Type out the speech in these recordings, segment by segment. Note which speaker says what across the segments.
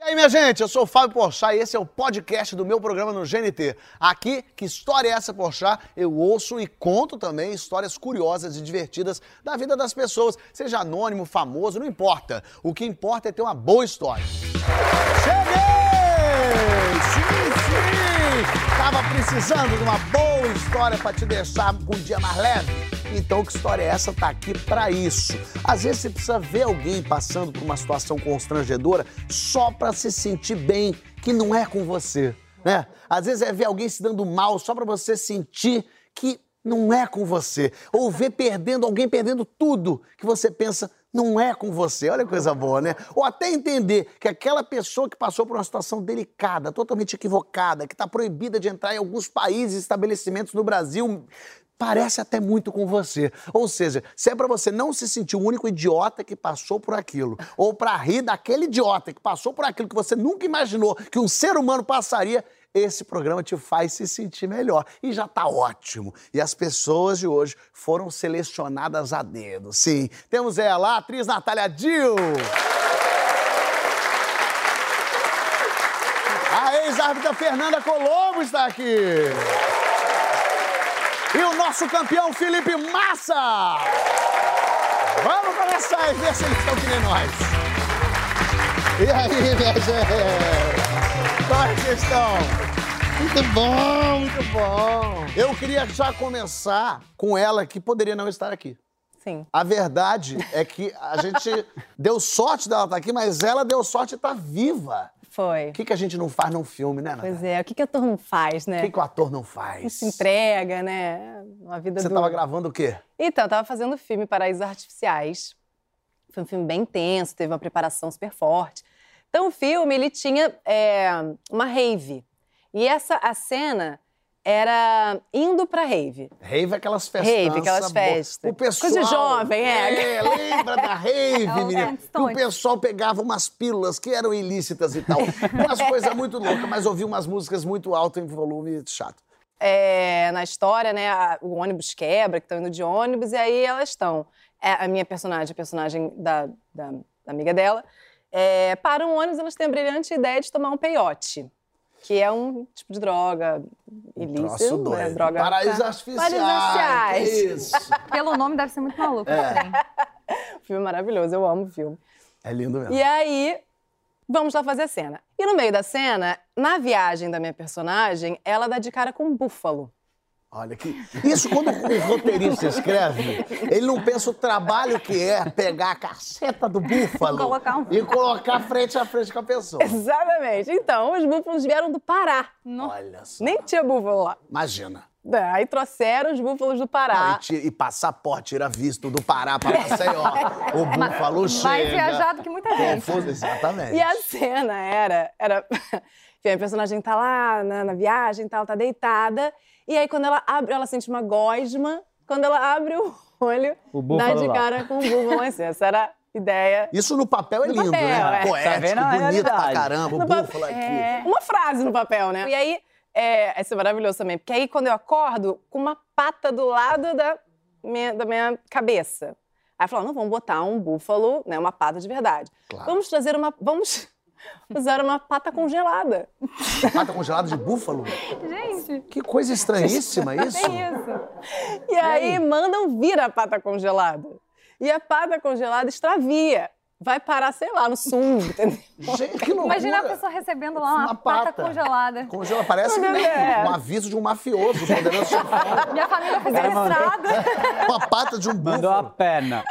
Speaker 1: E aí, minha gente, eu sou o Fábio Porchat e esse é o podcast do meu programa no GNT. Aqui, que história é essa, Porchat? Eu ouço e conto também histórias curiosas e divertidas da vida das pessoas, seja anônimo, famoso, não importa. O que importa é ter uma boa história. Cheguei! Sim, sim! Tava precisando de uma boa história para te deixar com um dia mais leve. Então, que história é essa? Tá aqui para isso. Às vezes você precisa ver alguém passando por uma situação constrangedora só para se sentir bem, que não é com você, né? Às vezes é ver alguém se dando mal só para você sentir que não é com você, ou ver perdendo alguém perdendo tudo que você pensa não é com você. Olha que coisa boa, né? Ou até entender que aquela pessoa que passou por uma situação delicada, totalmente equivocada, que está proibida de entrar em alguns países, estabelecimentos no Brasil, parece até muito com você. Ou seja, se é para você não se sentir o único idiota que passou por aquilo, ou para rir daquele idiota que passou por aquilo que você nunca imaginou que um ser humano passaria, esse programa te faz se sentir melhor. E já tá ótimo. E as pessoas de hoje foram selecionadas a dedo. Sim, temos ela, a atriz Natália Dill. A ex-árbitra Fernanda Colombo está aqui. E o nosso campeão Felipe Massa! Vamos começar e ver se eles estão que nem nós. E aí, minha gente? Qual é a questão?
Speaker 2: Muito bom, muito bom.
Speaker 1: Eu queria já começar com ela que poderia não estar aqui.
Speaker 3: Sim.
Speaker 1: A verdade é que a gente deu sorte dela estar aqui, mas ela deu sorte de estar viva.
Speaker 3: Foi.
Speaker 1: O que, que a gente não faz num filme, né, Natália?
Speaker 3: Pois é, o que, que o ator não faz,
Speaker 1: O
Speaker 3: né?
Speaker 1: que, que o ator não
Speaker 3: Não
Speaker 1: faz?
Speaker 3: se entrega, né? Uma vida
Speaker 1: Você
Speaker 3: do...
Speaker 1: tava gravando o quê?
Speaker 3: Então, eu tava fazendo o filme Paraísos Artificiais. Foi um filme bem intenso, teve uma preparação super forte. Então, o filme, ele tinha é, uma rave. E essa, a cena era indo pra rave.
Speaker 1: Rave é aquelas festas.
Speaker 3: Rave, aquelas festas.
Speaker 1: O pessoal.
Speaker 3: Coisa de jovem, é.
Speaker 1: É, lembra da rave,
Speaker 4: um
Speaker 1: menina? E o
Speaker 4: Flintstones.
Speaker 1: pessoal pegava umas pílulas que eram ilícitas e tal. Umas coisas muito loucas, mas ouvia umas músicas muito alto em volume chato.
Speaker 3: É, na história, né, a- o ônibus quebra, que estão indo de ônibus, e aí elas estão. é, a minha personagem, a personagem da, da- da amiga dela, é, param o ônibus elas têm a brilhante ideia de tomar um peiote, que é um tipo de droga ilícita.
Speaker 1: Um Troço
Speaker 3: Né,
Speaker 1: doido.
Speaker 3: droga.
Speaker 1: Paraísos artificiais.
Speaker 3: Paraísos artificiais.
Speaker 1: que Isso.
Speaker 4: Pelo nome deve ser muito maluco. assim. esse trem.
Speaker 3: Um filme maravilhoso, eu amo o filme.
Speaker 1: É lindo mesmo.
Speaker 3: E aí, vamos lá fazer a cena. E no meio da cena, na viagem da minha personagem, ela dá de cara com um búfalo.
Speaker 1: Olha que. Isso quando o roteirista escreve, ele não pensa o trabalho que é pegar a caceta do búfalo
Speaker 4: Colocar um-
Speaker 1: e colocar frente a frente com a pessoa.
Speaker 3: Exatamente. Então, os búfalos vieram do Pará.
Speaker 1: Olha só.
Speaker 3: Nem tinha búfalo lá.
Speaker 1: Imagina.
Speaker 3: Né, Aí trouxeram os búfalos do Pará.
Speaker 1: Não, e, ti- e passaporte, tira visto do Pará para Maceió. o Búfalo chega.
Speaker 4: Mais viajado que
Speaker 1: É.
Speaker 4: muita gente.
Speaker 1: Confuso, exatamente.
Speaker 3: E a cena era. era... Enfim, a personagem tá lá na, na viagem e tal, tá deitada. E aí, quando ela abre, ela sente uma gosma. Quando ela abre o olho,
Speaker 2: O
Speaker 3: dá
Speaker 2: búfalo
Speaker 3: de
Speaker 2: lá.
Speaker 3: cara com o búfalo assim. Essa era a ideia.
Speaker 1: Isso no papel é
Speaker 3: No
Speaker 1: lindo,
Speaker 3: papel,
Speaker 1: né?
Speaker 3: é.
Speaker 2: Tá
Speaker 1: Poético,
Speaker 2: vendo a
Speaker 1: bonito pra
Speaker 2: realidade.
Speaker 1: caramba. O
Speaker 3: No é. pa-
Speaker 1: Búfalo aqui.
Speaker 3: Uma frase no papel, né? E aí, é, isso é maravilhoso também. Porque aí, quando eu acordo, com uma pata do lado da minha, da minha cabeça. Aí eu falo, não, vamos botar um búfalo, né? Uma pata de verdade.
Speaker 1: Claro.
Speaker 3: Vamos trazer uma... Vamos usar uma pata congelada.
Speaker 1: Pata congelada Ah, tá de búfalo.
Speaker 4: Gente,
Speaker 1: Que coisa estranhíssima isso.
Speaker 4: tem isso.
Speaker 3: E aí mandam vir a pata congelada. E a pata congelada extravia. Vai parar, sei lá, no sul, entendeu?
Speaker 1: Gente, que loucura.
Speaker 4: Imagina a pessoa recebendo lá uma,
Speaker 1: Uma
Speaker 4: pata.
Speaker 1: pata.
Speaker 4: congelada.
Speaker 1: Congela, parece
Speaker 3: Não,
Speaker 1: né,
Speaker 3: é.
Speaker 1: um aviso de um mafioso, poderoso chefão.
Speaker 4: Minha família fez
Speaker 2: Cara, mano.
Speaker 4: registrado.
Speaker 1: Uma pata de um
Speaker 2: Mandou a
Speaker 1: búfalo.
Speaker 2: perna.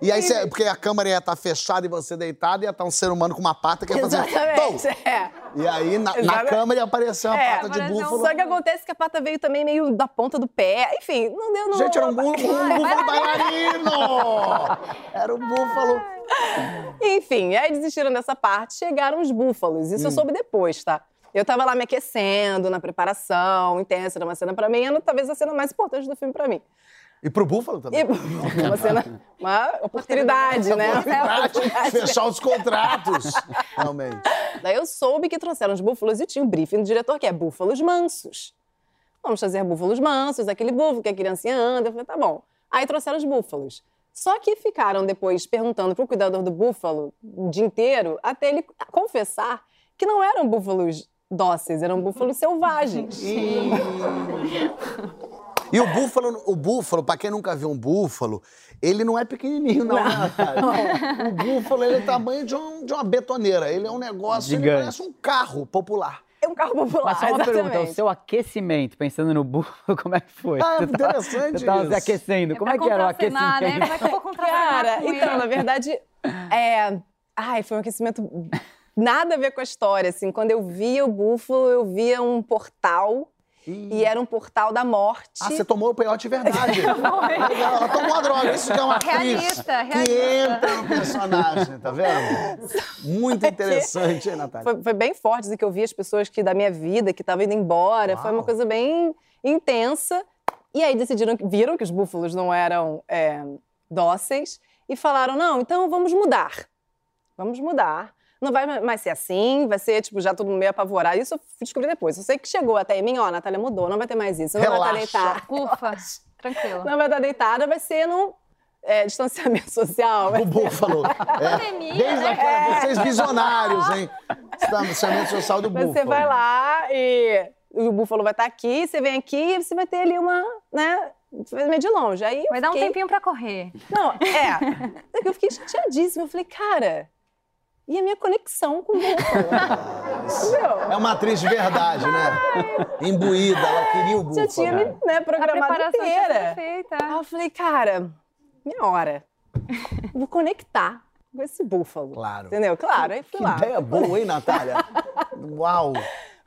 Speaker 1: E aí, você, porque a câmera ia estar fechada e você deitado, ia estar um ser humano com uma pata que ia fazer...
Speaker 3: Exatamente. É.
Speaker 1: Tom! E aí, na, na
Speaker 3: Exatamente.
Speaker 1: câmera ia aparecer uma
Speaker 3: É,
Speaker 1: pata de
Speaker 4: apareceu um
Speaker 1: búfalo.
Speaker 3: Só que acontece que a pata veio também meio da ponta do pé. Enfim, não deu, não.
Speaker 1: Gente, era um, bú- um
Speaker 4: Vai,
Speaker 1: búfalo bailarino! Era um búfalo.
Speaker 3: Enfim, aí desistiram dessa parte, chegaram os búfalos. Isso eu soube depois, tá? Eu tava lá me aquecendo, na preparação intensa, era uma cena pra mim, era talvez a cena mais importante do filme pra mim.
Speaker 1: E pro búfalo também.
Speaker 3: E uma cena, uma oportunidade, né?
Speaker 1: Verdade, fechar os contratos. Realmente.
Speaker 3: Daí eu soube que trouxeram os búfalos e tinha um briefing do diretor que é búfalos mansos. Vamos trazer búfalos mansos, aquele búfalo que a criancinha anda. Eu falei, tá bom. Aí trouxeram os búfalos. Só que ficaram depois perguntando pro cuidador do búfalo o dia inteiro, até ele confessar que não eram búfalos dóceis, eram búfalos selvagens.
Speaker 1: E o búfalo, o búfalo, pra quem nunca viu um búfalo, ele não é pequenininho, não. né, cara? O búfalo, ele é o tamanho de, um- de uma betoneira. Ele é um negócio, ele
Speaker 5: Gigante.
Speaker 1: parece um carro popular.
Speaker 3: É um carro popular,
Speaker 5: Mas só uma
Speaker 3: exatamente.
Speaker 5: pergunta, o seu aquecimento, pensando no búfalo, como é que foi?
Speaker 1: Ah, é
Speaker 5: Você tava-
Speaker 1: interessante
Speaker 5: Você tava
Speaker 1: isso.
Speaker 5: se aquecendo, como
Speaker 4: pra
Speaker 5: é que era o
Speaker 4: contracenar,
Speaker 5: aquecimento?
Speaker 4: né? Como é que eu vou contracenar
Speaker 3: Cara,
Speaker 4: com
Speaker 3: então,
Speaker 4: ele?
Speaker 3: na verdade, é... Ai, foi um aquecimento nada a ver com a história, assim. Quando eu via o búfalo, eu via um portal, e era um portal da morte.
Speaker 1: Ah, você tomou o peiote de verdade. Legal, Ela tomou a droga, isso que é uma atriz que
Speaker 4: Realista, realista.
Speaker 1: entra no personagem, tá vendo? Muito interessante, hein, Natália?
Speaker 3: Foi, foi bem forte, assim, que eu vi as pessoas que da minha vida, que estavam indo embora. Foi uma
Speaker 1: Uau.
Speaker 3: coisa bem intensa. E aí decidiram, que- viram que os búfalos não eram é, dóceis e falaram, não, então vamos mudar. Vamos mudar. Não vai ma- mais ser assim, vai ser, tipo, já todo mundo meio apavorado. Isso eu fui descobrir depois. Eu sei que chegou até mim, ó, a Natália mudou, não vai ter mais isso. Não vai
Speaker 1: Relaxa.
Speaker 3: estar deitada.
Speaker 4: Ufa, tranquilo.
Speaker 3: Não vai estar deitada, vai ser num é, distanciamento social.
Speaker 1: O búfalo. É.
Speaker 4: Pandemia,
Speaker 1: Desde
Speaker 4: né?
Speaker 1: aquela... Vocês visionários, hein? Está no chamamento social do búfalo.
Speaker 3: Você vai lá e o búfalo vai estar aqui, você vem aqui e você vai ter ali uma, né, meio de longe. Aí eu
Speaker 4: Vai dar um
Speaker 3: fiquei-
Speaker 4: tempinho pra correr.
Speaker 3: Não, é. É que Eu fiquei chateadíssima. Eu falei, cara, e a minha conexão com o búfalo? Entendeu?
Speaker 1: É uma atriz de verdade, né? Imbuída, ela queria o
Speaker 3: Já tinha me
Speaker 1: búfalo.
Speaker 3: né,
Speaker 4: A
Speaker 3: programado
Speaker 4: preparação já foi
Speaker 3: inteira.
Speaker 4: feita.
Speaker 3: Aí eu falei, cara, minha hora. Vou conectar com esse búfalo.
Speaker 1: Claro.
Speaker 3: Entendeu? Claro, aí fui
Speaker 1: Que
Speaker 3: lá.
Speaker 1: ideia boa, hein, Natália? Uau!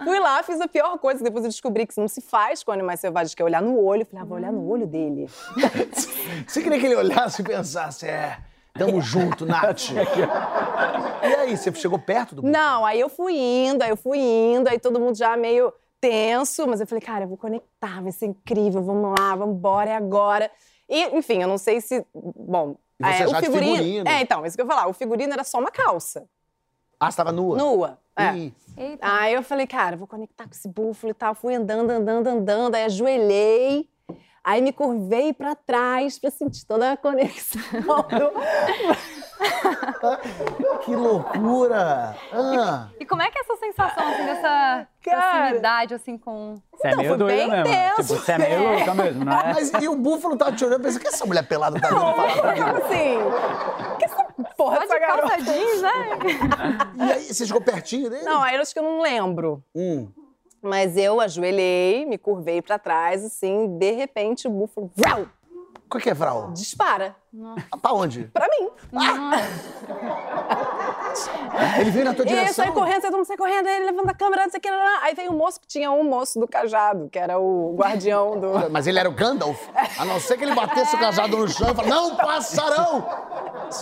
Speaker 3: Fui lá, fiz a pior coisa, que depois eu descobri que isso não se faz com animais selvagens, que é olhar no olho. Falei, ah, vou olhar no olho dele.
Speaker 1: Você queria que ele olhasse e pensasse, é, tamo junto, Nath. E aí, você chegou perto do búfalo?
Speaker 3: Não, aí eu fui indo, aí eu fui indo, aí todo mundo já meio tenso, mas eu falei, cara, eu vou conectar, vai ser incrível, vamos lá, vamos embora, é agora. E, enfim, eu não sei se. Bom.
Speaker 1: E você
Speaker 3: é,
Speaker 1: já
Speaker 3: o
Speaker 1: de
Speaker 3: figurino.
Speaker 1: figurino.
Speaker 3: É, então, isso que eu ia falar. O figurino era só uma calça,
Speaker 1: Ah, você tava nua?
Speaker 3: nua. É.
Speaker 1: Ih,
Speaker 4: Eita.
Speaker 3: Aí eu falei, cara, vou conectar com esse búfalo e tal. Fui andando, andando, andando, aí ajoelhei. Aí me curvei pra trás pra sentir toda a conexão.
Speaker 1: que loucura! Ah,
Speaker 4: E como é que é essa sensação, assim, dessa
Speaker 3: Cara.
Speaker 4: proximidade, assim, com...
Speaker 5: Você é
Speaker 3: Então,
Speaker 5: meio
Speaker 3: foi
Speaker 5: doida
Speaker 3: bem
Speaker 5: mesmo.
Speaker 3: intenso.
Speaker 5: Tipo, você é meio louca mesmo, não é?
Speaker 1: mas e o búfalo tava te olhando pensando, que essa mulher pelada tá vindo falar
Speaker 3: Como
Speaker 1: comigo?
Speaker 3: assim? Que essa porra
Speaker 4: Só de
Speaker 3: dessa garota?
Speaker 4: calça jeans, né?
Speaker 1: E aí, você chegou pertinho dele?
Speaker 3: Não, aí eu acho que eu não lembro.
Speaker 1: Hum.
Speaker 3: Mas eu ajoelhei, me curvei pra trás, assim, de repente o búfalo vrau,
Speaker 1: Qual que é, Vral?
Speaker 3: dispara
Speaker 1: Pra onde?
Speaker 3: pra mim.
Speaker 1: Ele veio na tua
Speaker 3: E aí eu
Speaker 1: direção?
Speaker 3: saí correndo, todo mundo sai correndo, aí ele levanta a câmera, não sei o que lá, lá. Aí veio um moço que tinha um moço do cajado, que era o guardião do.
Speaker 1: Mas ele era o Gandalf? A não ser que ele batesse o cajado no chão e falasse, não, passarão!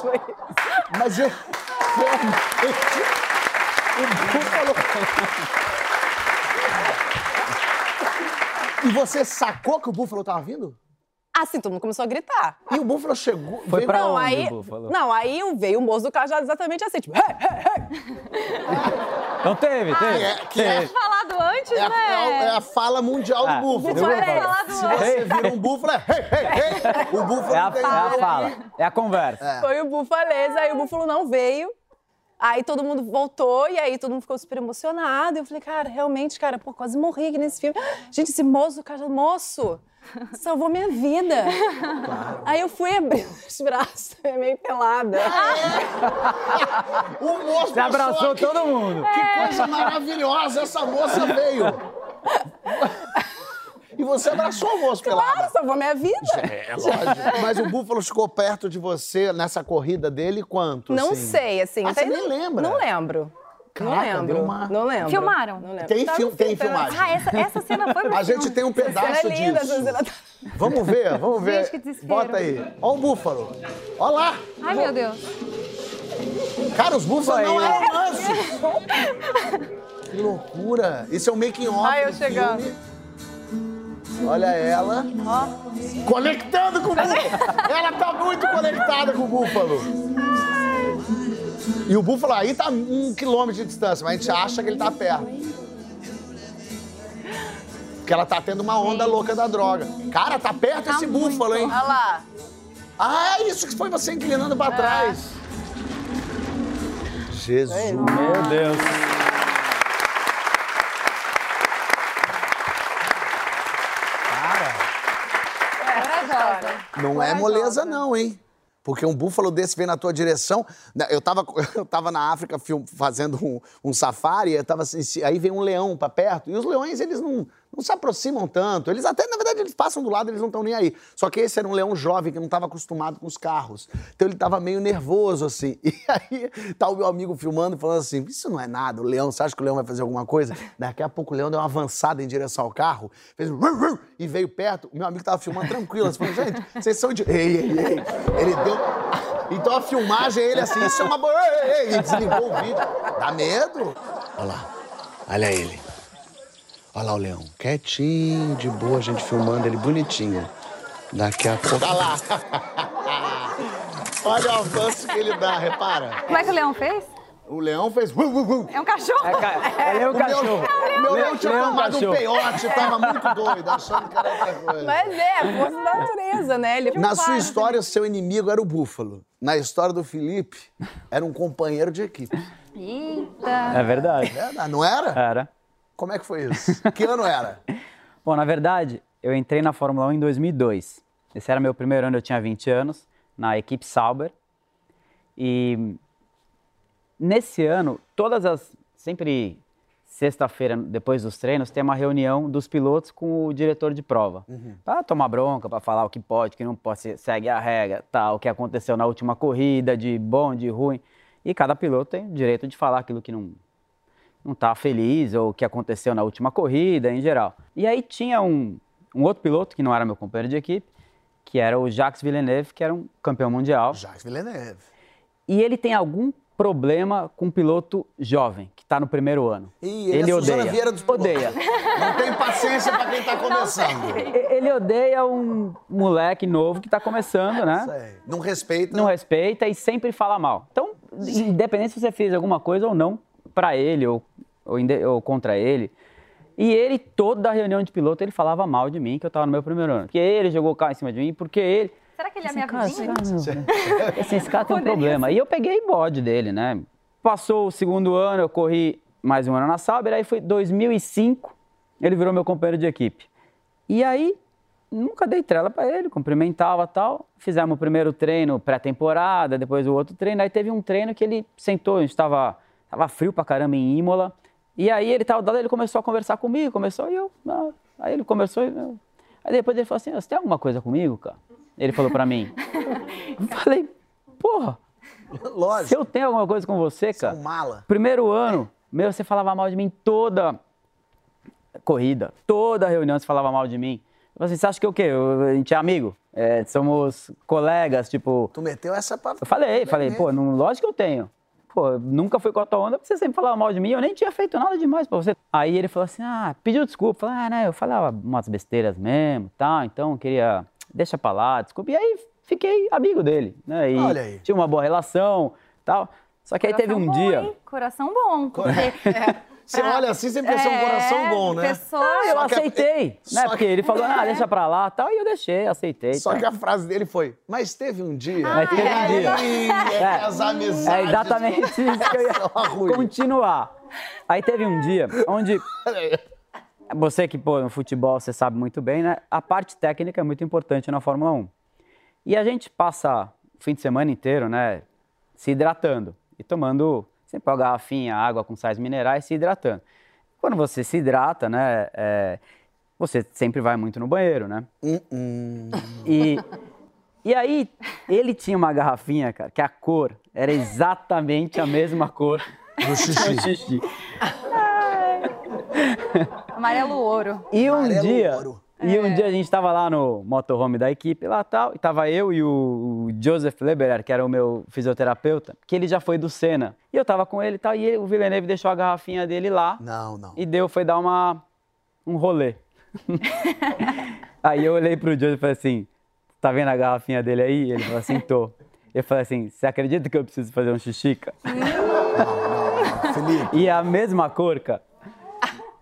Speaker 3: Foi-
Speaker 1: Mas eu. Realmente. O búfalo. E você sacou que o búfalo tava vindo?
Speaker 3: Assim, todo mundo começou a gritar.
Speaker 1: E o búfalo chegou.
Speaker 5: Foi
Speaker 1: veio-
Speaker 5: pra
Speaker 3: não,
Speaker 5: onde
Speaker 3: aí,
Speaker 5: o búfalo?
Speaker 3: não, aí veio o moço do cajado exatamente assim, tipo, "Hey, hey, hey."
Speaker 5: Então teve, teve.
Speaker 1: é- que é-
Speaker 5: teve.
Speaker 4: Falado antes,
Speaker 1: É a, é
Speaker 4: né?
Speaker 1: a fala mundial
Speaker 5: Ah,
Speaker 1: do búfalo.
Speaker 5: eu vou
Speaker 4: Olha,
Speaker 5: falar.
Speaker 4: falado
Speaker 1: Se
Speaker 4: antes.
Speaker 1: você vira um búfalo, é. Hey, hey, hey. O búfalo
Speaker 5: É a,
Speaker 1: não tem.
Speaker 5: é a fala, é a conversa.
Speaker 3: Foi o bufalês, aí o búfalo não veio. Aí todo mundo voltou e aí todo mundo ficou super emocionado. Eu falei, cara, realmente, cara, pô, quase morri aqui nesse filme. Gente, esse moço, cara, moço, salvou minha vida. Aí eu fui abrir os braços, eu ia meio pelada.
Speaker 1: O moço
Speaker 5: Você abraçou
Speaker 1: passou um aqui.
Speaker 5: todo mundo.
Speaker 1: Que é. coisa maravilhosa essa moça veio. E você abraçou o moço pelado.
Speaker 3: Claro, Ah, salvou minha vida.
Speaker 1: É lógico. Mas o búfalo ficou perto de você nessa corrida dele quanto?
Speaker 3: Não
Speaker 1: assim?
Speaker 3: sei, assim.
Speaker 1: Ah,
Speaker 3: até
Speaker 1: você nem lembra?
Speaker 3: Não lembro.
Speaker 1: Caraca,
Speaker 3: não lembro.
Speaker 1: deu uma-
Speaker 3: Não lembro.
Speaker 4: Filmaram?
Speaker 3: Não lembro.
Speaker 1: Tem
Speaker 3: Tá no
Speaker 1: fil- tem
Speaker 3: tá na-
Speaker 1: filmagem.
Speaker 4: Ah, essa, essa cena foi pro
Speaker 1: A gente tem um
Speaker 3: Essa
Speaker 1: pedaço
Speaker 3: cena é linda,
Speaker 1: disso.
Speaker 3: essa cena tá-
Speaker 1: Vamos ver, vamos ver.
Speaker 4: Gente, que desespero.
Speaker 1: Bota aí. Ó o búfalo. Ó lá.
Speaker 4: Ai, meu Deus.
Speaker 1: Cara, os búfalos não
Speaker 5: Foi.
Speaker 1: eram mansos. Que loucura. Isso é um making off
Speaker 3: Ai, eu
Speaker 1: do
Speaker 3: chegando.
Speaker 1: filme. Olha ela. Conectando com o búfalo. Ela tá muito conectada com o búfalo. E o búfalo aí tá um quilômetro de distância, mas a gente acha que ele tá perto.
Speaker 3: Tá
Speaker 1: Porque ela tá tendo uma onda louca da droga. Cara, tá perto esse búfalo, hein?
Speaker 3: Olha lá.
Speaker 1: Ah, é isso que foi você inclinando pra trás. É. Jesus.
Speaker 5: Meu Deus.
Speaker 4: Corajosa.
Speaker 1: Não é moleza, não, hein? Porque um búfalo desse vem na tua direção. Na- Eu tava, eu tava na África film- fazendo um, um safari, eu tava assim, se- aí vem um leão pra perto. E os leões, eles não, não se aproximam tanto. Eles até, na verdade, eles passam do lado, eles não estão nem aí. Só que esse era um leão jovem que não estava acostumado com os carros. Então ele tava meio nervoso, assim. E aí tá o meu amigo filmando, falando assim: Isso não é nada, o leão, você acha que o leão vai fazer alguma coisa? Daqui a pouco o leão deu uma avançada em direção ao carro, fez um "Ru, ru", e veio perto. O meu amigo tava filmando tranquilo. Assim, falando, gente, vocês são de. Ei, ei, ei. Ele deu. Então a filmagem, ele assim, isso é uma boa. ei, ei", E desligou o vídeo. Dá medo? Olha lá. Olha ele. Olha lá o leão. Quietinho, de boa, a gente filmando ele bonitinho. Daqui a pouco. Olha lá. Olha o avanço que ele dá, repara.
Speaker 4: Como é que o leão fez?
Speaker 1: O leão fez. "Ru, ru, ru".
Speaker 4: É um cachorro.
Speaker 5: É, ca... Ele é o cachorro.
Speaker 1: Meu
Speaker 5: Leão,
Speaker 1: leão tinha
Speaker 5: leão,
Speaker 1: tomado um
Speaker 5: cachorro.
Speaker 1: peiote, tava muito doido, achando que era outra coisa.
Speaker 3: Mas é, a força da natureza, né? Ele
Speaker 1: Na sua história, o seu inimigo era o búfalo. Na história do Felipe, era um companheiro de equipe.
Speaker 4: Eita.
Speaker 5: É verdade.
Speaker 1: Era, não era?
Speaker 5: Era.
Speaker 1: Como é que foi isso? Que ano era?
Speaker 5: Bom, na verdade, eu entrei na Fórmula 1 em 2002. Esse era meu primeiro ano, eu tinha 20 anos, na equipe Sauber. E nesse ano, todas as. Sempre sexta-feira, depois dos treinos, tem uma reunião dos pilotos com o diretor de prova. Pra tomar bronca, pra falar o que pode, o que não pode, se segue a regra, tal, o que aconteceu na última corrida, de bom, de ruim. E cada piloto tem o direito de falar aquilo que não, não tá feliz ou o que aconteceu na última corrida, em geral. E aí tinha um, um outro piloto, que não era meu companheiro de equipe, que era o Jacques Villeneuve, que era um campeão mundial.
Speaker 1: Jacques Villeneuve.
Speaker 5: E ele tem algum problema com um piloto jovem, que está no primeiro ano.
Speaker 1: Ih, ele é a Suzana Vieira dos pilotos.
Speaker 5: Odeia.
Speaker 1: Não tem paciência pra quem tá começando.
Speaker 5: E- Ele odeia um moleque novo que está começando, né?
Speaker 1: Sei. Não respeita.
Speaker 5: não respeita e sempre fala mal. Então, independente se você fez alguma coisa ou não pra ele ou, ou, inde- ou contra ele. E ele, toda a reunião de piloto, ele falava mal de mim, que eu tava no meu primeiro ano. Porque ele jogou o carro em cima de mim, porque ele.
Speaker 4: Será que ele é minha
Speaker 5: Cara, esse
Speaker 4: vizinha?
Speaker 5: cara, meu, esse, esse cara tem um problema. E eu peguei bode dele, né? Passou o segundo ano, eu corri mais um ano na Sauber, aí foi 2005, ele virou meu companheiro de equipe. E aí, nunca dei trela pra ele, cumprimentava tal. Fizemos o primeiro treino pré-temporada, depois o outro treino. Aí teve um treino que ele sentou, a gente tava, tava frio pra caramba em Imola. E aí ele tava do lado, ele começou a conversar comigo, começou e eu. ah, Aí ele começou e. eu- Aí depois ele falou assim: "Ah, Você tem alguma coisa comigo, cara? Ele falou pra mim. Eu falei: Porra, se
Speaker 1: Lógico.
Speaker 5: eu tenho alguma coisa com você, cara.
Speaker 1: Um mala.
Speaker 5: Primeiro ano, meu, você falava mal de mim toda corrida, toda reunião você falava mal de mim. Eu falei assim, você acha que o quê? Eu- A gente é amigo? É, somos colegas, tipo.
Speaker 1: Tu meteu essa pra.
Speaker 5: Eu falei, falei, pô, não, lógico que eu tenho. Pô, eu nunca fui com a tua onda, porque você sempre falava mal de mim, eu nem tinha feito nada demais pra você. Aí ele falou assim, ah, pediu desculpa. Eu Falei, ah, né, eu falava umas besteiras mesmo, tá, então eu queria, deixa pra lá, desculpa. E aí fiquei amigo dele, né, e
Speaker 1: Olha aí.
Speaker 5: tinha uma boa relação, tal. Só que aí teve um
Speaker 4: Coração tá bom,
Speaker 5: dia...
Speaker 4: hein? Coração bom. Porque...
Speaker 1: Você olha assim, você pensa um
Speaker 4: É,
Speaker 1: coração bom, né?
Speaker 4: Pessoa...
Speaker 5: Ah, eu
Speaker 1: Só que a-
Speaker 5: aceitei,
Speaker 1: só
Speaker 5: né?
Speaker 1: que-
Speaker 5: Porque ele falou, ah, deixa pra lá tal, e eu deixei, aceitei.
Speaker 1: Só
Speaker 5: tal.
Speaker 1: que a frase dele foi: Mas teve um dia.
Speaker 5: Mas teve um dia.
Speaker 1: Ih, é que as amizades.
Speaker 5: É exatamente isso que eu ia
Speaker 1: Só ruim.
Speaker 5: continuar. Aí teve um dia onde. Você que, pô, no futebol você sabe muito bem, né? A parte técnica é muito importante na Fórmula 1. E a gente passa o fim de semana inteiro, né? Se hidratando e tomando sempre uma garrafinha, água com sais minerais, se hidratando. Quando você se hidrata, né? é, você sempre vai muito no banheiro, né?
Speaker 1: Um,
Speaker 5: E, e aí, ele tinha uma garrafinha, cara, que a cor era exatamente a mesma cor
Speaker 1: Do xixi.
Speaker 5: do xixi.
Speaker 4: Amarelo ouro.
Speaker 5: E um
Speaker 1: Amarelo
Speaker 5: dia.
Speaker 1: ouro.
Speaker 5: E um dia a gente tava lá no motorhome da equipe lá tal, e tava eu e o Joseph Leberer, que era o meu fisioterapeuta, que ele já foi do Senna. E eu tava com ele e tal, e ele- o Villeneuve deixou a garrafinha dele lá.
Speaker 1: Não, não.
Speaker 5: E deu, foi dar uma, um rolê. aí eu olhei pro Joe e falei assim, tá vendo a garrafinha dele aí? Ele falou assim, tô. Eu falei assim, você acredita que eu preciso fazer um xixi, cara?
Speaker 1: Felipe.
Speaker 5: E a mesma cor, cara.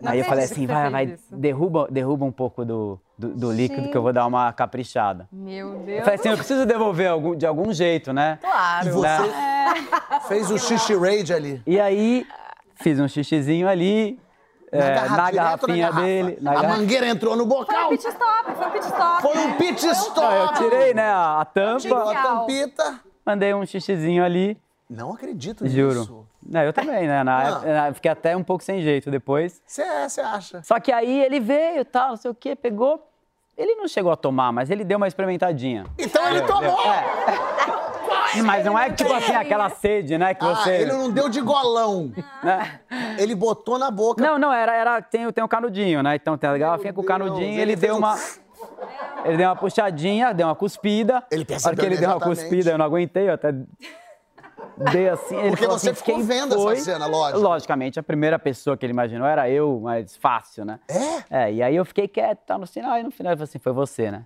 Speaker 5: Aí eu
Speaker 4: acredito
Speaker 5: falei
Speaker 4: que
Speaker 5: assim,
Speaker 4: você
Speaker 5: vai,
Speaker 4: fez
Speaker 5: vai,
Speaker 4: isso."
Speaker 5: derruba, derruba um pouco do, do, do líquido que eu vou dar uma caprichada.
Speaker 4: Meu
Speaker 5: Eu
Speaker 4: Deus.
Speaker 5: falei assim, eu preciso devolver algum- de algum jeito, né?
Speaker 1: E
Speaker 3: Claro.
Speaker 1: você fez o xixi raid ali.
Speaker 5: E aí, fiz um xixizinho ali, eh, na,
Speaker 1: garrafa, direto na
Speaker 5: garrafinha
Speaker 1: garrafa.
Speaker 5: dele. Na
Speaker 1: a
Speaker 5: garra-
Speaker 1: mangueira entrou no
Speaker 4: Foi um
Speaker 1: bocal,
Speaker 4: pit stop, foi um pit stop.
Speaker 1: foi um pit
Speaker 5: Não, eu
Speaker 1: stop.
Speaker 5: tirei, né, a, a tampa,
Speaker 1: Tirou a
Speaker 4: Genial.
Speaker 1: tampita.
Speaker 5: mandei um xixizinho ali,
Speaker 1: Não acredito nisso.
Speaker 5: juro. Não, eu também, né? Na
Speaker 1: Ah.
Speaker 5: época, na- fiquei até um pouco sem jeito depois.
Speaker 1: Você é, acha?
Speaker 5: Só que aí ele veio, tal, não sei o quê, pegou. Ele não chegou a tomar, mas ele deu uma experimentadinha.
Speaker 1: Então
Speaker 5: É,
Speaker 1: ele tomou!
Speaker 5: Mas não é tipo assim, aquela sede, né? Que
Speaker 1: Ah,
Speaker 5: você.
Speaker 1: ele não deu de golão.
Speaker 5: né?
Speaker 1: Ele botou na boca.
Speaker 5: Não, não, era, era tem, o- tem um canudinho, né? Então tem a garrafinha com o
Speaker 1: Deus,
Speaker 5: canudinho,
Speaker 1: ele
Speaker 5: ele,
Speaker 1: fez
Speaker 5: deu
Speaker 1: um-
Speaker 5: uma. Ele deu uma puxadinha, deu uma cuspida.
Speaker 1: Ele
Speaker 5: A hora
Speaker 1: percebeu
Speaker 5: que ele deu uma
Speaker 1: imediatamente.
Speaker 5: cuspida, eu não aguentei, eu até dei assim. Ele
Speaker 1: Porque
Speaker 5: falou
Speaker 1: você
Speaker 5: assim,
Speaker 1: ficou
Speaker 5: "Quem
Speaker 1: vendo essa
Speaker 5: foi?"
Speaker 1: cena, lógico.
Speaker 5: Logicamente, a primeira pessoa que ele imaginou era eu, mas fácil, né?
Speaker 1: É?
Speaker 5: É, e aí eu fiquei quieto, tá no sinal, e no final ele falou assim, foi você, né?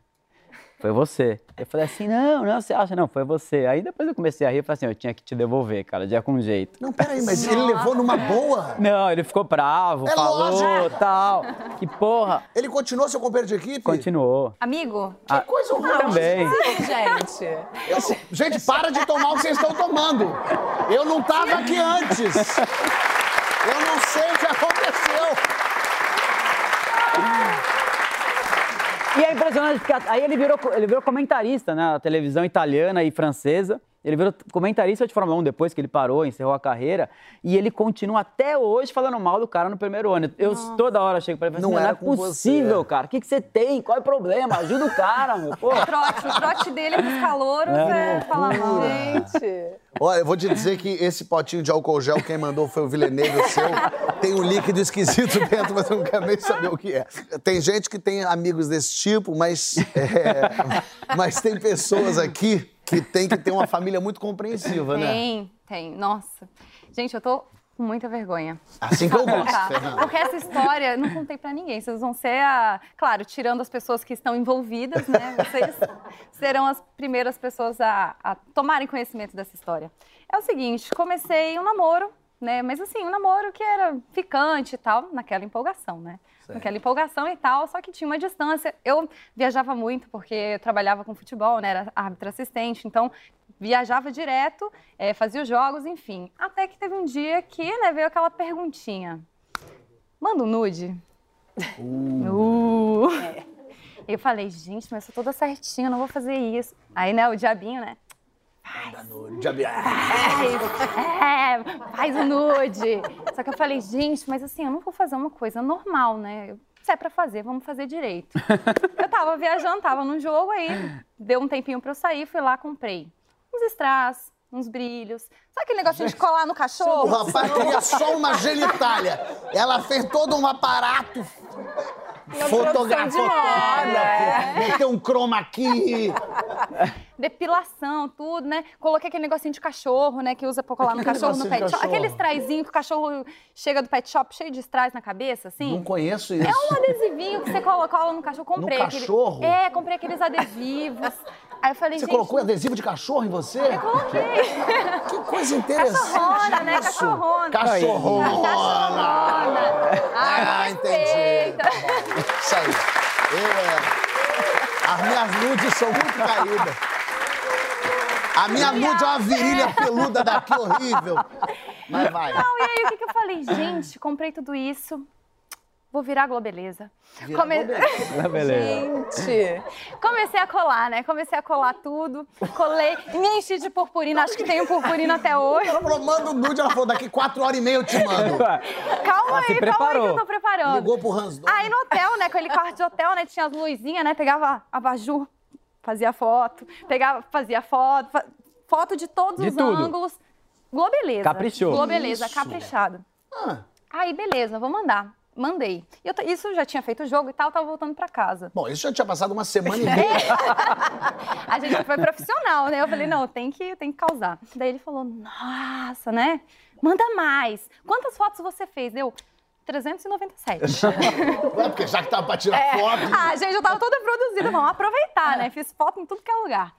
Speaker 5: Foi você. Eu falei assim, não, não, você acha? Não, foi você. Aí depois eu comecei a rir, eu falei assim, eu tinha que te devolver, cara, de algum jeito.
Speaker 1: Não, peraí, mas ele levou numa boa?
Speaker 5: Não, ele ficou bravo,
Speaker 1: É
Speaker 5: falou,
Speaker 1: lógico.
Speaker 5: tal. Que porra.
Speaker 1: Ele continuou seu companheiro de equipe?
Speaker 5: Continuou.
Speaker 4: Amigo,
Speaker 5: Ah,
Speaker 1: Coisa horrorosa.
Speaker 5: também.
Speaker 3: Gente.
Speaker 1: Eu- gente, para de tomar o que vocês estão tomando. Eu não tava aqui antes. Eu não sei o que aconteceu.
Speaker 5: E é impressionante, porque a- aí ele virou, co- ele virou comentarista, né? A televisão italiana e francesa. Ele virou comentarista de Fórmula 1 depois que ele parou, encerrou a carreira. E ele continua até hoje falando mal do cara no primeiro ano. Eu toda hora chego pra ele e falo
Speaker 1: Não
Speaker 5: assim, não,
Speaker 1: era
Speaker 5: é
Speaker 1: com
Speaker 5: possível,
Speaker 1: você."
Speaker 5: cara. O que, que você tem? Qual é o problema? Ajuda o cara, meu. Pô.
Speaker 4: o trote, o trote dele pros calouros é falar mal.
Speaker 3: Gente.
Speaker 1: Olha, eu vou te dizer que esse potinho de álcool gel, quem mandou foi o Villeneuve, o seu. Tem um líquido esquisito dentro, mas eu não quero nem saber o que é. Tem gente que tem amigos desse tipo, mas, é, mas tem pessoas aqui que tem que ter uma família muito compreensiva, né?
Speaker 4: Tem, tem. Nossa. Gente, eu tô com muita vergonha.
Speaker 1: Assim que eu gosto,
Speaker 4: Tá.
Speaker 1: Fernanda.
Speaker 4: Porque essa história eu não contei pra ninguém. Vocês vão ser a. Claro, tirando as pessoas que estão envolvidas, né? Vocês serão as primeiras pessoas a, a tomarem conhecimento dessa história. É o seguinte: comecei um namoro, né? Mas assim, um namoro que era ficante e tal, naquela empolgação, né? Naquela empolgação e tal, só que tinha uma distância. Eu viajava muito, porque eu trabalhava com futebol, né? Era árbitro assistente, então viajava direto, eh, fazia os jogos, enfim. Até que teve um dia que né, veio aquela perguntinha. Manda um nude. Uh. Eu falei, gente, mas eu sou toda certinha, eu não vou fazer isso. Aí, né, o diabinho, né? Faz, é, faz o nude. Só que eu falei, gente, mas assim, eu não vou fazer uma coisa normal, né? Se é pra fazer, vamos fazer direito. Eu tava viajando, tava num jogo aí, deu um tempinho pra eu sair, fui lá, comprei uns strass, uns brilhos. Sabe aquele negocinho de colar no
Speaker 1: O
Speaker 4: cachorro?
Speaker 1: rapaz queria só uma genitália. Ela fez todo um aparato fotográfico.
Speaker 4: é.
Speaker 1: Meteu um chroma aqui.
Speaker 4: depilação, tudo, né? Coloquei aquele negocinho de cachorro, né? Que usa pra colar no cachorro no
Speaker 1: negocinho de
Speaker 4: pet shop.
Speaker 1: cachorro?
Speaker 4: Aquele traizinho que o cachorro chega do pet shop cheio de strays na cabeça, assim.
Speaker 1: Não conheço isso.
Speaker 4: Um adesivinho que você coloca cola no cachorro. Comprei aquele-
Speaker 1: cachorro?
Speaker 4: É, comprei aqueles adesivos. Aí eu falei,
Speaker 1: Você
Speaker 4: gente...
Speaker 1: colocou adesivo de cachorro em você?
Speaker 4: Coloquei.
Speaker 1: Que coisa interessante.
Speaker 4: Cachorrona, né?
Speaker 1: isso.
Speaker 4: Cachorrona.
Speaker 1: Cachorrona.
Speaker 4: Cachorrona.
Speaker 1: Ah,
Speaker 4: Ah,
Speaker 1: entendi.
Speaker 4: entendi.
Speaker 1: Tá bom. Isso aí. Eu, é... As minhas nudes são muito caídas. A minha nude é uma virilha peluda daqui horrível. Mas vai.
Speaker 4: Não, Então, e aí o que, que eu falei? Gente, comprei tudo isso. Vou virar globeleza.
Speaker 1: Virar globeleza.
Speaker 5: Ah, beleza.
Speaker 3: Gente.
Speaker 4: Comecei a colar, né? Comecei a colar tudo. Colei, me enchi de purpurina, acho que tenho purpurina até hoje.
Speaker 1: Ela falou, manda o nude. Ela falou, daqui quatro horas e meia eu te mando.
Speaker 4: Calma
Speaker 5: Ah, se
Speaker 4: aí, calma aí que
Speaker 5: preparou.
Speaker 4: eu tô preparando.
Speaker 1: Ligou pro Hans Dom.
Speaker 4: Aí no hotel, né, com aquele quarto de hotel, né, tinha as luzinhas, né, pegava a abajur, fazia foto, pegava, fazia foto, fa- foto de todos
Speaker 5: De
Speaker 4: os
Speaker 5: tudo.
Speaker 4: ângulos. Globeleza.
Speaker 5: Caprichou.
Speaker 4: Globeleza, caprichado.
Speaker 1: Ah,
Speaker 4: Aí, beleza, vou mandar. Mandei. E eu tô- isso eu já tinha feito o jogo e tal, tava voltando pra casa.
Speaker 1: bom, isso já tinha passado uma semana e meia.
Speaker 4: A gente foi profissional, né? Eu falei, não, tem que, tem que causar. Daí ele falou, nossa, né? Manda mais. Quantas fotos você fez? Eu, 397.
Speaker 1: Ué, né? porque já que tava pra tirar foto.
Speaker 4: ah, gente, eu tava toda produzida. Vamos aproveitar, né? Fiz foto em tudo que é lugar.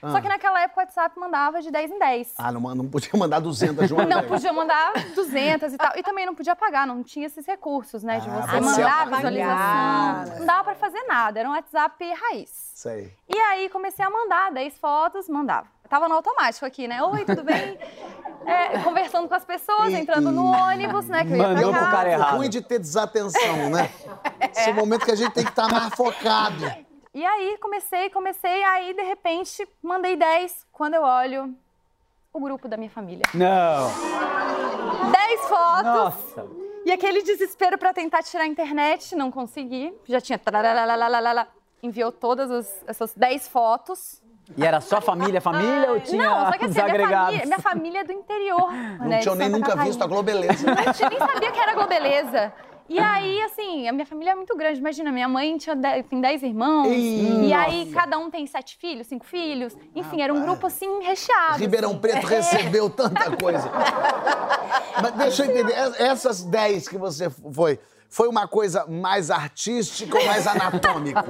Speaker 4: Só que naquela época o WhatsApp mandava de 10 em 10.
Speaker 1: Ah, não, não podia mandar 200 de uma
Speaker 4: Não
Speaker 1: vez.
Speaker 4: podia mandar 200 e tal. E também não podia pagar, não tinha esses recursos, né? De
Speaker 1: Ah,
Speaker 4: você
Speaker 1: você
Speaker 4: mandar a
Speaker 1: apagar.
Speaker 4: visualização. Não dava pra fazer nada, era um WhatsApp raiz.
Speaker 1: Isso aí.
Speaker 4: E aí comecei a mandar 10 fotos, mandava. Eu tava no automático aqui, né? Oi, tudo bem? É, conversando com as pessoas,
Speaker 1: E-
Speaker 4: entrando no
Speaker 1: e-
Speaker 4: ônibus, né? Que eu ia
Speaker 5: Mandou
Speaker 4: pra
Speaker 5: pro
Speaker 4: casa.
Speaker 5: cara errado.
Speaker 1: O ruim é de ter desatenção, né? Esse é o momento que a gente tem que estar mais focado.
Speaker 4: E aí comecei, comecei, aí de repente mandei 10. Quando eu olho, o grupo da minha família.
Speaker 5: Não!
Speaker 4: 10 fotos!
Speaker 5: Nossa!
Speaker 4: E aquele desespero pra tentar tirar a internet, não consegui. Já tinha. tararararalalala, Enviou todas as, essas 10 fotos.
Speaker 5: E era só família, família ou tinha
Speaker 4: não, só que assim,
Speaker 5: os
Speaker 4: a minha
Speaker 5: agregados?
Speaker 4: família, minha família é do interior.
Speaker 1: Não
Speaker 4: é
Speaker 1: tinha nem nunca visto
Speaker 4: visto
Speaker 1: a Globeleza.
Speaker 4: a gente nem sabia que era globeleza. E aí, assim, a minha família é muito grande. Imagina, minha mãe tinha dez, tem 10 irmãos.
Speaker 1: Ih,
Speaker 4: e aí, cada um tem sete filhos, cinco filhos. Enfim, era um grupo, assim, recheado.
Speaker 1: Ribeirão Preto
Speaker 4: É.
Speaker 1: recebeu tanta coisa. Mas deixa eu entender, es- essas 10 que você foi, foi uma coisa mais artística ou mais anatômico?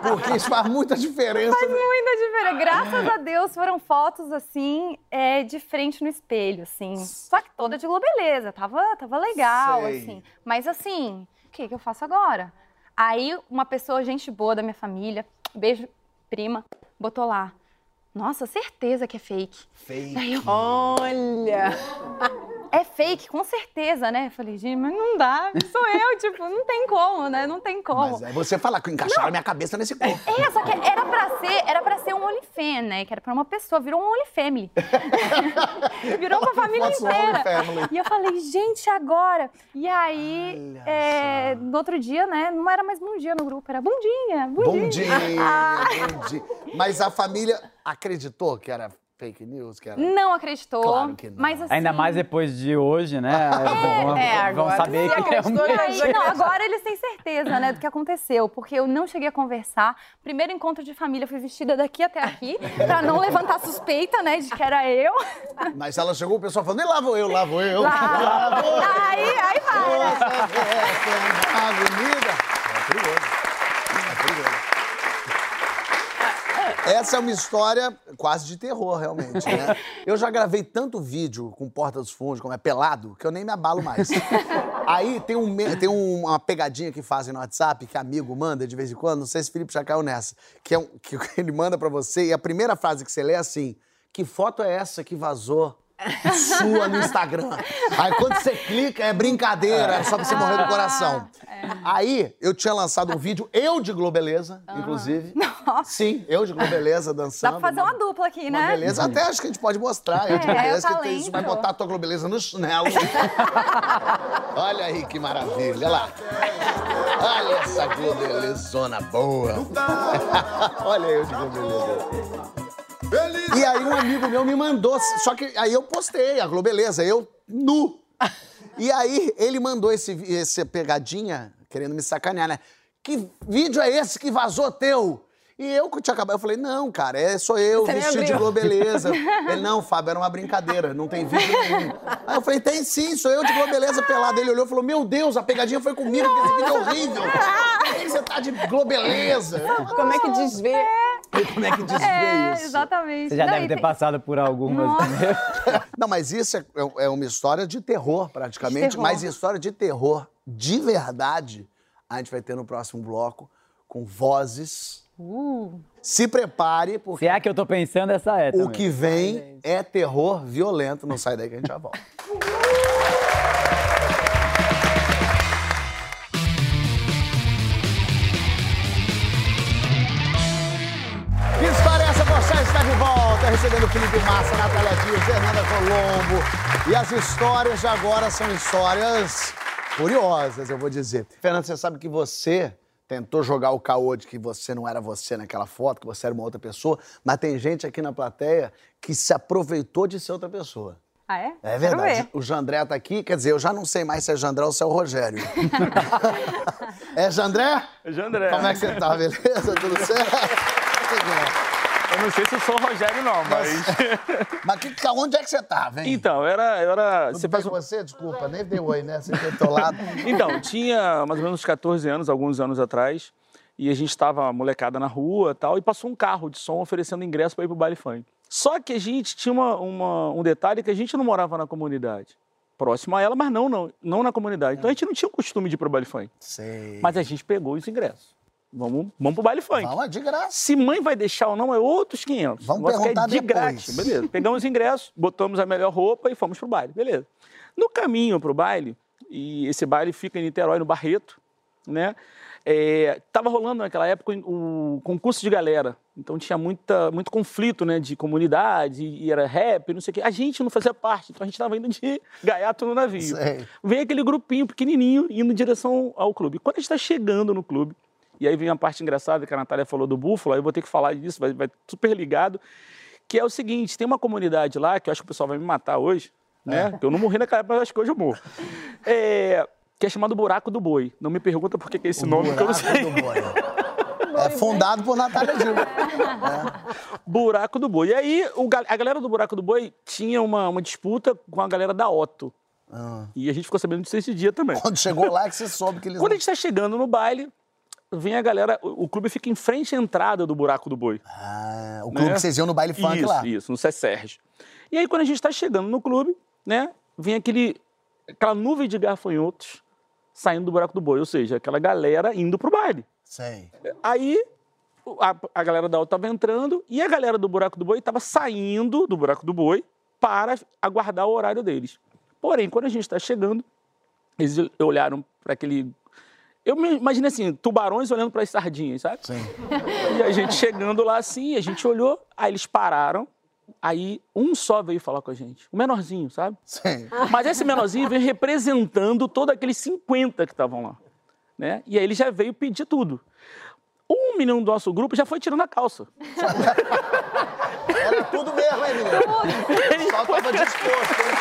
Speaker 1: Porque isso faz muita diferença.
Speaker 4: Muita diferença. Graças a Deus foram fotos assim, é, de frente no espelho, assim. Só que toda de globeleza, tava, tava legal,
Speaker 1: Sei.
Speaker 4: assim. Mas assim, o que, que eu faço agora? Aí uma pessoa, gente boa da minha família, beijo, prima, botou lá. Nossa, certeza que é fake.
Speaker 1: Feio.
Speaker 4: Daí eu,
Speaker 3: Olha!
Speaker 4: é fake, com certeza, né? Eu falei, gente, mas não dá, sou eu, tipo, não tem como, né? Não tem como.
Speaker 1: Mas é. aí você fala que encaixaram minha cabeça nesse corpo.
Speaker 4: É, só que era pra ser, era pra ser um OnlyFan, né? Que era pra uma pessoa, virou um OnlyFamily. virou uma família
Speaker 1: Faço um
Speaker 4: inteira.
Speaker 1: OnlyFamily.
Speaker 4: E eu falei, gente, agora? E aí,
Speaker 1: Olha
Speaker 4: é, no outro dia, né? Não era mais bom dia no grupo, era bom dia, bom,
Speaker 1: Bom
Speaker 4: dia.
Speaker 1: dia, bom dia. Mas a família acreditou que era fake news, que era...
Speaker 4: Não acreditou.
Speaker 1: Claro que não.
Speaker 4: Mas assim,
Speaker 5: Ainda mais depois de hoje, né? vão,
Speaker 3: é,
Speaker 5: vão
Speaker 3: agora
Speaker 5: saber
Speaker 3: você
Speaker 5: que um
Speaker 3: acreditou,
Speaker 5: realmente...
Speaker 3: né?
Speaker 4: Aí, não, agora eles têm certeza, né, do que aconteceu, porque eu não cheguei a conversar. Primeiro encontro de família, eu fui vestida daqui até aqui, pra não levantar suspeita, né, de que era eu.
Speaker 1: Mas ela chegou, o pessoal falando, e lá vou eu, lá vou eu.
Speaker 4: aí, aí vai, né?
Speaker 1: Essa é uma avenida. É perigoso. É perigoso. Essa é uma história quase de terror, realmente, né? Eu já gravei tanto vídeo com Porta dos Fundos, como é pelado, que eu nem me abalo mais. Aí tem, um me- tem um- uma pegadinha que fazem no WhatsApp, que amigo manda de vez em quando, não sei se o Felipe já caiu nessa, que, é um- que ele manda pra você e a primeira frase que você lê é assim, que foto é essa que vazou? Sua no Instagram. Aí quando você clica, é brincadeira, é só pra você morrer do coração. Aí eu tinha lançado um vídeo, eu de Globeleza, inclusive. Sim, eu de Globeleza
Speaker 4: Dá
Speaker 1: dançando.
Speaker 4: pra fazer uma dupla aqui,
Speaker 1: Uma
Speaker 4: né?
Speaker 1: beleza, até acho que a gente pode mostrar. Eu
Speaker 4: É,
Speaker 1: te
Speaker 4: é o
Speaker 1: beleza, que isso vai
Speaker 4: talento.
Speaker 1: botar a tua globeleza no chinelo. Olha aí que maravilha, olha lá. Olha essa globelezona boa. Olha eu de globeleza. E aí um amigo meu me mandou, só que aí eu postei a globeleza, eu nu. E aí ele mandou esse, vi- esse pegadinha, querendo me sacanear, né? Que vídeo é esse que vazou teu? E eu que tinha acabado, eu falei, não, cara, é, sou eu,
Speaker 3: Você nem
Speaker 1: vestido de
Speaker 3: abriu.
Speaker 1: globeleza. Ele, não, Fábio, era uma brincadeira, não tem vídeo nenhum. Aí eu falei, tem sim, sou eu de globeleza pelada. Ele olhou e falou, meu Deus, a pegadinha foi comigo, porque esse vídeo é horrível. Por que que você tá de globeleza?
Speaker 3: Como é que desvê?
Speaker 1: E como é que desvê
Speaker 4: É,
Speaker 1: isso?
Speaker 4: exatamente.
Speaker 5: Você já
Speaker 4: Não,
Speaker 5: deve
Speaker 4: e
Speaker 5: ter
Speaker 4: tem-
Speaker 5: passado por algumas.
Speaker 4: Nossa.
Speaker 5: entendeu?
Speaker 1: Não, mas isso é, é- é uma história de terror, praticamente.
Speaker 4: De terror.
Speaker 1: Mas história de terror de verdade, a gente vai ter no próximo bloco com vozes.
Speaker 4: Uh,
Speaker 1: Se prepare, porque
Speaker 5: Se é que eu tô pensando, essa é
Speaker 1: o
Speaker 5: também.
Speaker 1: que vem é terror violento. Não sai daí que a gente já volta. Que história é essa? Você está de volta, recebendo Felipe Massa, Natália Dias, Fernanda Colombo. E as histórias de agora são histórias curiosas, eu vou dizer. Fernanda, você sabe que você tentou jogar o caô de que você não era você naquela foto, que você era uma outra pessoa, mas tem gente aqui na plateia que se aproveitou de ser outra pessoa.
Speaker 4: ah, é?
Speaker 1: É
Speaker 4: Quero
Speaker 1: verdade.
Speaker 4: ver.
Speaker 1: O Jandré tá aqui, quer dizer, eu já não sei mais se é Jandré ou se é o Rogério. é Jandré?
Speaker 6: Jandré.
Speaker 1: Como é que você tá, beleza? Tudo certo?
Speaker 6: Eu não sei se eu sou o Rogério, não, mas.
Speaker 1: Mas que, que- onde é que você tá, vem?
Speaker 6: então, eu era. Eu era
Speaker 1: Tudo
Speaker 6: você
Speaker 1: bem
Speaker 6: faz
Speaker 1: com
Speaker 6: um...
Speaker 1: você? Desculpa, nem dei oi, né? Você tem do teu lado.
Speaker 6: Então, tinha mais ou menos uns 14 anos, alguns anos atrás. E a gente estava molecada na rua e tal, e passou um carro de som oferecendo ingresso para ir pro baile funk. Só que a gente tinha uma- uma- um detalhe que a gente não morava na comunidade. Próximo a ela, mas não, não, não na comunidade. Então a gente não tinha o costume de ir pro baile funk.
Speaker 1: Sei.
Speaker 6: Mas a gente pegou os ingressos. Vamos, vamos pro baile funk.
Speaker 1: Fala é de graça.
Speaker 6: Se mãe vai deixar ou não, é outros 500.
Speaker 1: Vamos
Speaker 6: O negócio que
Speaker 1: perguntar
Speaker 6: é de
Speaker 1: depois.
Speaker 6: grátis. Beleza. Pegamos os ingressos, botamos a melhor roupa e fomos pro baile. Beleza. No caminho pro baile, e esse baile fica em Niterói, no Barreto, né? É, tava rolando naquela época o concurso de galera. Então tinha muita, muito conflito, né? De comunidade, e era rap, não sei o quê. A gente não fazia parte, então a gente tava indo de gaiato no navio
Speaker 1: Sei.
Speaker 6: vem aquele grupinho pequenininho indo em direção ao clube. Quando a gente está chegando no clube, e aí vem a parte engraçada que a Natália falou do Búfalo, aí eu vou ter que falar disso, vai, vai super ligado, que é o seguinte, tem uma comunidade lá, que eu acho que o pessoal vai me matar hoje,
Speaker 1: É.
Speaker 6: né? Porque eu não morri naquela época, mas acho que hoje eu morro. É, que é chamado Buraco do Boi. Não me pergunta por que que é esse nome, que eu
Speaker 1: Buraco
Speaker 6: não sei.
Speaker 1: do Boi. É fundado por Natália Dilma.
Speaker 6: Buraco do Boi. E aí, o ga- a galera do Buraco do Boi tinha uma, uma disputa com a galera da Otto. E a gente ficou sabendo disso esse dia também.
Speaker 1: Ah. Quando chegou lá é que você soube que eles...
Speaker 6: Quando a gente está chegando no baile, vem a galera. O, o clube fica em frente à entrada do buraco do boi.
Speaker 1: Ah, o clube
Speaker 6: né?
Speaker 1: que vocês iam no baile funk
Speaker 6: isso,
Speaker 1: lá.
Speaker 6: Isso, no Sé Sérgio. E aí, quando a gente está chegando no clube, né, vem aquele, aquela nuvem de garfanhotos saindo do buraco do boi, ou seja, aquela galera indo pro baile.
Speaker 1: Sei.
Speaker 6: Aí o- a, a galera da Alta estava entrando e a galera do Buraco do Boi estava saindo do Buraco do Boi para aguardar o horário deles. Porém, quando a gente está chegando, eles olharam para aquele. Eu me imagino assim, tubarões olhando para as sardinhas, sabe?
Speaker 1: Sim.
Speaker 6: E a gente chegando lá assim, a gente olhou, aí eles pararam, aí um só veio falar com a gente. O menorzinho, sabe?
Speaker 1: Sim.
Speaker 6: Mas esse menorzinho veio representando todos aqueles 50 que estavam lá. Né? E aí ele já veio pedir tudo. Um menino do nosso grupo já foi tirando a calça.
Speaker 1: Era tudo mesmo, hein, menino? O pessoal tava disposto, hein?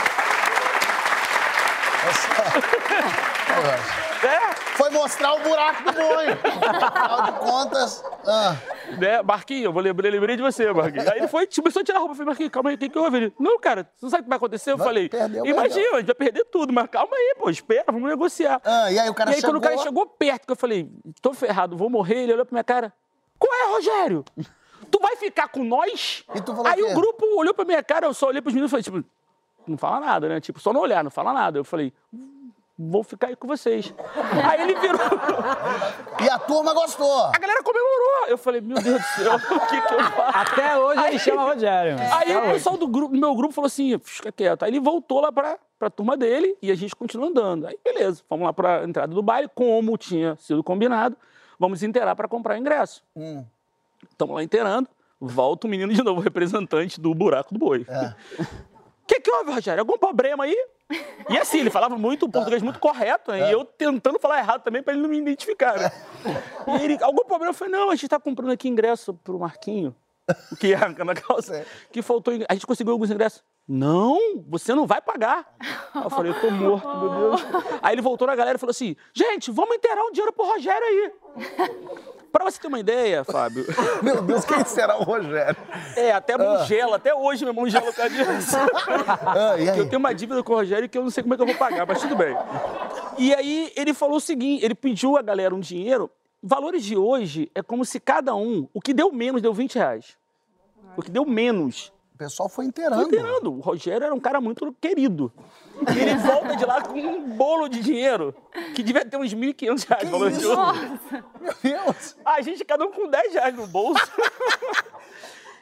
Speaker 1: É Essa-
Speaker 6: Né?
Speaker 1: Foi mostrar o buraco do boi. Afinal de contas. ah,
Speaker 6: Né? Marquinho, eu vou lembrar, lembrei de você, Marquinho. Aí ele foi, t- começou a tirar a roupa. Eu falei, Marquinho, calma aí, o que, que houve? Ele, não, cara, você não sabe o que vai acontecer? Eu
Speaker 1: Vai,
Speaker 6: falei,
Speaker 1: perdeu,
Speaker 6: imagina,
Speaker 1: perdeu."
Speaker 6: a gente vai perder tudo, mas calma aí, pô, espera, vamos negociar.
Speaker 1: ah, e aí o cara
Speaker 6: e aí,
Speaker 1: chegou.
Speaker 6: quando o cara chegou perto, que eu falei, tô ferrado, vou morrer, ele olhou pra minha cara, qual é, Rogério? Tu vai ficar com nós?
Speaker 1: E tu falou
Speaker 6: aí
Speaker 1: o quê?
Speaker 6: o grupo olhou pra minha cara, eu só olhei pros meninos e falei, tipo, não fala nada, né? Tipo, só não olhar, não fala nada. Eu falei, "Hum, vou ficar aí com vocês. aí ele virou,
Speaker 1: E a turma gostou.
Speaker 6: a galera comemorou. Eu falei, meu Deus do céu, o que que eu faço?
Speaker 5: Até hoje ele chama Rogério. mano.
Speaker 6: Aí o pessoal do, grupo, do meu grupo falou assim, fica quieto. Aí ele voltou lá pra, pra turma dele e a gente continuou andando. Aí beleza, vamos lá pra entrada do baile, como tinha sido combinado, vamos inteirar pra comprar o ingresso.
Speaker 1: Hum.
Speaker 6: Estamos lá inteirando, volta o menino de novo, representante do buraco do boi. O
Speaker 1: É.
Speaker 6: que que houve, Rogério? Algum problema aí? E assim, ele falava muito um português muito correto, né? E eu tentando falar errado também pra ele não me identificar, né? E ele, algum problema? Eu falei, não, a gente tá comprando aqui ingresso pro Marquinho, o que arranca na calça, que faltou, ingresso. a gente conseguiu alguns ingressos. Não, você não vai pagar. Aí Eu falei, eu tô morto, meu Deus. Aí ele voltou na galera e falou assim, gente, vamos inteirar um dinheiro pro Rogério aí. Pra você ter uma ideia, Fábio,
Speaker 1: Meu Deus, quem será o Rogério?
Speaker 6: é, até mongela, até hoje meu irmão gela o cara disso.
Speaker 1: Ah, e aí?
Speaker 6: Eu tenho uma dívida com o Rogério que eu não sei como é que eu vou pagar, mas tudo bem. E aí ele falou o seguinte: ele pediu a galera um dinheiro. Valores de hoje é como se cada um, o que deu menos deu 20 reais. O que deu menos.
Speaker 1: O pessoal foi
Speaker 6: Tô
Speaker 1: inteirando.
Speaker 6: entendendo. O Rogério era um cara muito querido. E ele volta de lá com um bolo de dinheiro que devia ter uns 1.500 reais. valor de
Speaker 1: isso?
Speaker 6: hoje.
Speaker 1: Meu Deus.
Speaker 6: A gente, cada um com 10 reais no bolso.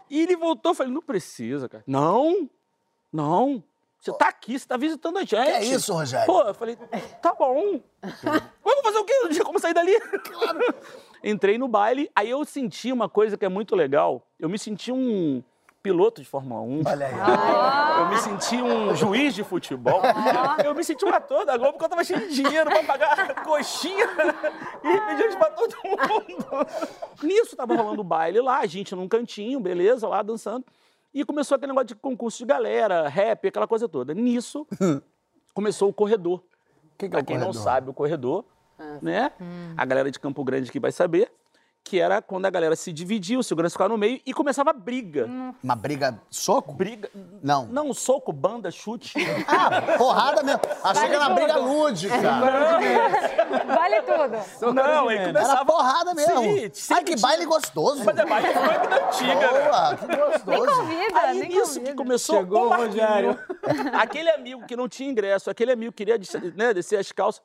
Speaker 6: e ele voltou, eu falei, não precisa, cara. Não, não. Você tá aqui, você tá visitando a gente.
Speaker 1: Que é isso, Rogério?
Speaker 6: Pô, eu falei, tá bom. Vamos fazer o quê? Não tinha como sair dali. Entrei no baile, aí eu senti uma coisa que é muito legal. Eu me senti um piloto de Fórmula 1.
Speaker 1: Olha aí.
Speaker 6: Eu me senti um juiz de futebol. Eu me senti um ator da Globo, porque eu tava cheio de dinheiro pra pagar coxinha e pedimos pra todo mundo. Nisso tava rolando o baile lá, a gente num cantinho, beleza, lá dançando. E começou aquele negócio de concurso de galera, rap, aquela coisa toda. Nisso, começou o corredor.
Speaker 1: O que, que é
Speaker 6: Pra
Speaker 1: o
Speaker 6: quem
Speaker 1: corredor?
Speaker 6: não sabe, o corredor, né? A galera de Campo Grande que vai saber, que era quando a galera se dividia, o segurança ficava no meio e começava a briga.
Speaker 1: Uma briga soco?
Speaker 6: Briga.
Speaker 1: Não.
Speaker 6: Não, soco, banda, chute.
Speaker 1: Ah, porrada mesmo. Achei que era uma briga
Speaker 6: É,
Speaker 1: lúdica.
Speaker 4: Vale tudo.
Speaker 6: não, aí
Speaker 1: Era
Speaker 6: começava.
Speaker 1: porrada mesmo.
Speaker 6: Sim, sim,
Speaker 1: Ai, que
Speaker 6: tinha.
Speaker 1: baile gostoso.
Speaker 6: Mas é mais funk da antiga, né?
Speaker 1: Boa, que
Speaker 4: Nem
Speaker 1: gostoso.
Speaker 4: convida,
Speaker 6: Aí
Speaker 4: Ah, nem né?
Speaker 6: nisso
Speaker 4: convida.
Speaker 6: que começou
Speaker 5: Chegou
Speaker 6: o
Speaker 5: o
Speaker 6: Marquinho.
Speaker 5: Rogério.
Speaker 6: Aquele amigo que não tinha ingresso, aquele amigo que queria des- né, descer as calças.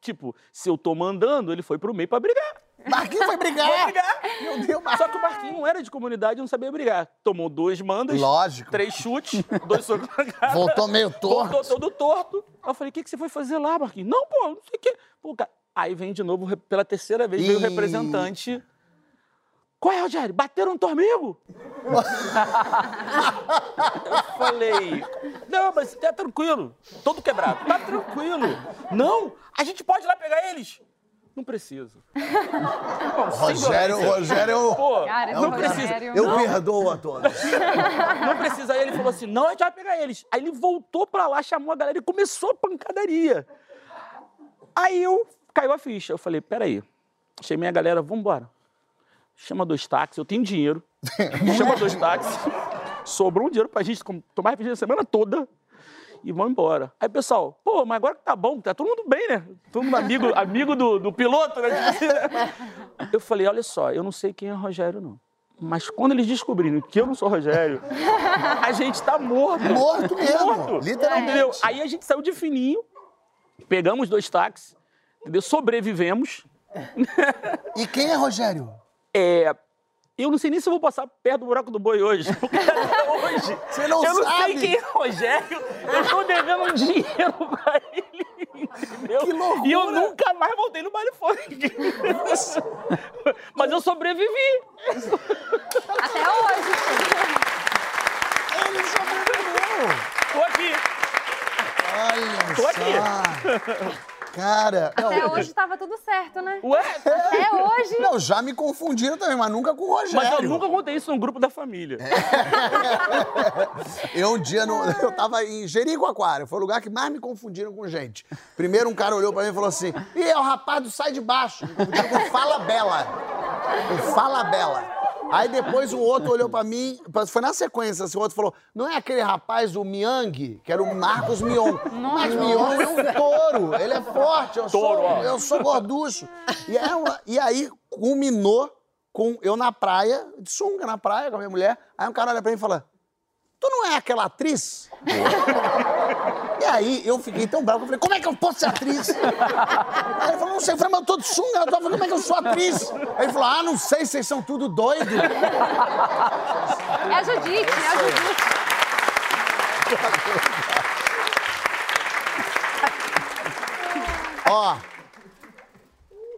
Speaker 6: Tipo, se eu tô mandando, ele foi pro meio pra brigar.
Speaker 1: Marquinhos foi brigar.
Speaker 6: Foi brigar.
Speaker 1: Meu Deus,
Speaker 6: Só
Speaker 1: Marquinhos.
Speaker 6: que o Marquinho não era de comunidade e não sabia brigar. Tomou dois mandas,
Speaker 1: Lógico.
Speaker 6: três chutes, dois socos na cara.
Speaker 1: Voltou meio torto.
Speaker 6: Voltou todo torto. Aí eu falei, o que, que você foi fazer lá, Marquinhos? Não, pô, não sei o quê. Pô, cara. Aí vem de novo, re- pela terceira vez, veio o
Speaker 1: Ih.
Speaker 6: representante. Qual é, Rogério? Bateram no teu amigo? eu falei, não, mas tá tranquilo. Todo quebrado. Tá tranquilo. Não, a gente pode ir lá pegar eles. Não preciso. Bom, sem
Speaker 1: Rogério,
Speaker 6: violência.
Speaker 1: Rogério, eu,
Speaker 6: Pô,
Speaker 4: Cara,
Speaker 6: não
Speaker 4: esse
Speaker 6: precisa.
Speaker 4: Rogério.
Speaker 1: eu perdoo a todos.
Speaker 6: Não precisa. Aí ele falou assim: não, a gente vai pegar eles. Aí ele voltou pra lá, chamou a galera e começou a pancadaria. Aí eu caiu a ficha. Eu falei: peraí. Chamei a galera, vambora. Chama dois táxis, eu tenho dinheiro. Chama dois táxis. Sobrou um dinheiro pra gente com- tomar refrigerante a semana toda. E vamos embora. Aí, pessoal, pô, mas agora que tá bom, tá todo mundo bem, né? Todo mundo amigo, amigo do, do piloto, né? Eu falei, olha só, eu não sei quem é Rogério, não. Mas quando eles descobrirem que eu não sou Rogério, a gente tá morto.
Speaker 1: Morto É. mesmo, literalmente.
Speaker 6: Entendeu? Aí a gente saiu de fininho, pegamos dois táxis, entendeu? Sobrevivemos.
Speaker 1: E quem é Rogério?
Speaker 6: É, eu não sei nem se eu vou passar perto do buraco do boi hoje. Porque até hoje.
Speaker 1: Você não
Speaker 6: eu não
Speaker 1: sabe.
Speaker 6: sei quem é o Rogério. Eu tô devendo um dinheiro pra ele. Entendeu?
Speaker 1: Que loucura.
Speaker 6: E eu nunca mais voltei no baile funk. Mas eu sobrevivi.
Speaker 4: Até hoje.
Speaker 1: Ele sobreviveu.
Speaker 6: Tô aqui.
Speaker 1: Olha
Speaker 6: Tô
Speaker 1: só. Cara,
Speaker 4: Até hoje tava tudo certo, né?
Speaker 6: Ué?
Speaker 1: É
Speaker 4: Até hoje.
Speaker 1: não, já me confundiram também, mas nunca com o Rogério.
Speaker 6: Mas eu nunca contei isso num grupo da família.
Speaker 1: Eu um dia, no, eu tava em Jericoacoara, foi o lugar que mais me confundiram com gente. Primeiro um cara olhou pra mim e falou assim, e é o rapaz do Sai de Baixo, me confundiram com Fala Bela. Com Fala Bela. Aí depois o outro olhou pra mim, foi na sequência, assim, o outro falou, não é aquele rapaz, o Miang, que era o Marcos Mion. Marcos Mion é um touro, ele é forte, eu
Speaker 6: Touro,
Speaker 1: sou,
Speaker 6: ó.
Speaker 1: eu sou gorducho. E, é uma- e aí culminou com eu na praia, de sunga na praia com a minha mulher, aí um cara olha pra mim e fala, Tu não é aquela atriz? e aí eu fiquei tão bravo que eu falei, como é que eu posso ser atriz? aí ele falou, não sei, eu falei, mas eu tô de sunga, eu tô falando, como é que eu sou atriz? Aí ele falou, ah, não sei, vocês são tudo doido.
Speaker 4: É a Judite, é a Judite.
Speaker 1: Ó,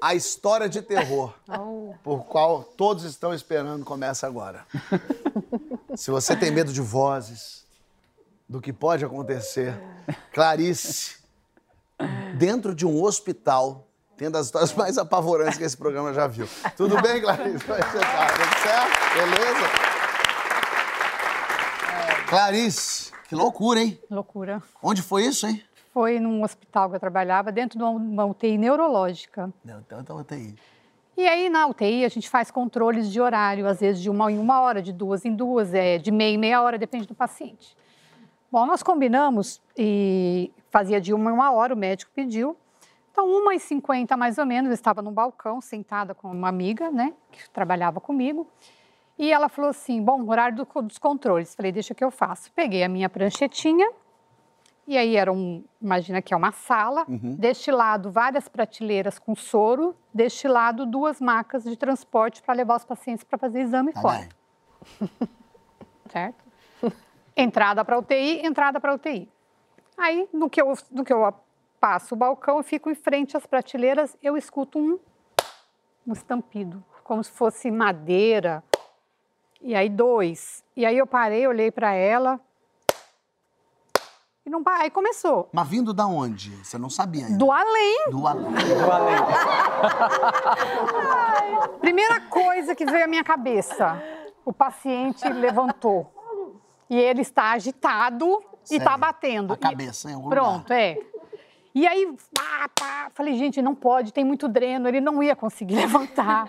Speaker 1: a história de terror, por qual todos estão esperando, começa agora. Se você tem medo de vozes, do que pode acontecer, Clarice, dentro de um hospital, tendo as histórias mais apavorantes que esse programa já viu. Tudo bem, Clarice? Como é que você tá? Tudo certo? Beleza? Clarice, que loucura, hein?
Speaker 7: Loucura.
Speaker 1: Onde foi isso, hein?
Speaker 7: Foi num hospital que eu trabalhava, dentro de uma- uma UTI neurológica.
Speaker 1: Não, então, então até aí.
Speaker 7: E aí, na UTI, a gente faz controles de horário, às vezes de uma em uma hora, de duas em duas, é, de meia em meia hora, depende do paciente. Bom, nós combinamos e fazia de uma em uma hora, o médico pediu. Então, uma e cinquenta mais ou menos, eu estava num balcão, sentada com uma amiga, né, que trabalhava comigo. E ela falou assim, bom, horário do- dos controles. Falei, deixa que eu faço. Peguei a minha pranchetinha, e aí era um, imagina que é uma sala, deste lado várias prateleiras com soro, deste lado duas macas de transporte para levar os pacientes para fazer exame
Speaker 1: Tá
Speaker 7: fora,
Speaker 1: bem.
Speaker 7: certo? Entrada para UTI, entrada para UTI. Aí, no que, eu, no que eu passo o balcão, eu fico em frente às prateleiras, eu escuto um, um estampido, como se fosse madeira. E aí, dois. E aí, eu parei, olhei para ela. E não, pa- aí começou.
Speaker 1: Mas vindo da onde? Você não sabia ainda.
Speaker 7: Do além.
Speaker 1: Do além.
Speaker 4: É.
Speaker 7: Primeira coisa que veio à minha cabeça: o paciente levantou. E ele está agitado e está
Speaker 1: Sério?
Speaker 7: batendo.
Speaker 1: A
Speaker 7: E-
Speaker 1: cabeça em algum
Speaker 7: Pronto,
Speaker 1: lugar.
Speaker 7: é. E aí, pá, pá, falei, gente, não pode, tem muito dreno, ele não ia conseguir levantar.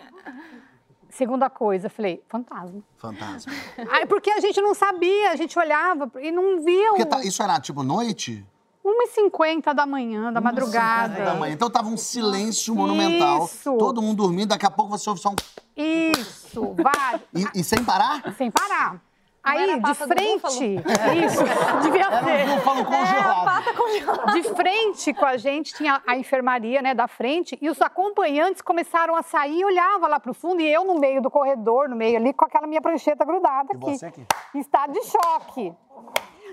Speaker 7: Segunda coisa, falei, fantasma.
Speaker 1: Fantasma.
Speaker 7: Aí, porque a gente não sabia, a gente olhava e não via
Speaker 1: Porque
Speaker 7: o...
Speaker 1: tá- isso era tipo noite?
Speaker 7: 1h50 da manhã, da madrugada.
Speaker 1: da manhã. Então tava um silêncio monumental.
Speaker 7: É. Isso.
Speaker 1: Todo mundo dormindo, daqui a pouco você ouve só um.
Speaker 7: Isso, vai,
Speaker 1: E, e sem parar?
Speaker 7: sem parar. Aí,
Speaker 4: era a
Speaker 7: de
Speaker 4: pata do
Speaker 7: frente. Isso, devia
Speaker 1: um
Speaker 7: ser.
Speaker 1: Eu falo congelado.
Speaker 7: De frente com a gente tinha a enfermaria, né, da frente, e os acompanhantes começaram a sair e olhava lá pro fundo, e eu no meio do corredor, no meio ali, com aquela minha prancheta grudada
Speaker 1: E
Speaker 7: aqui.
Speaker 1: você aqui?
Speaker 7: Em estado de choque.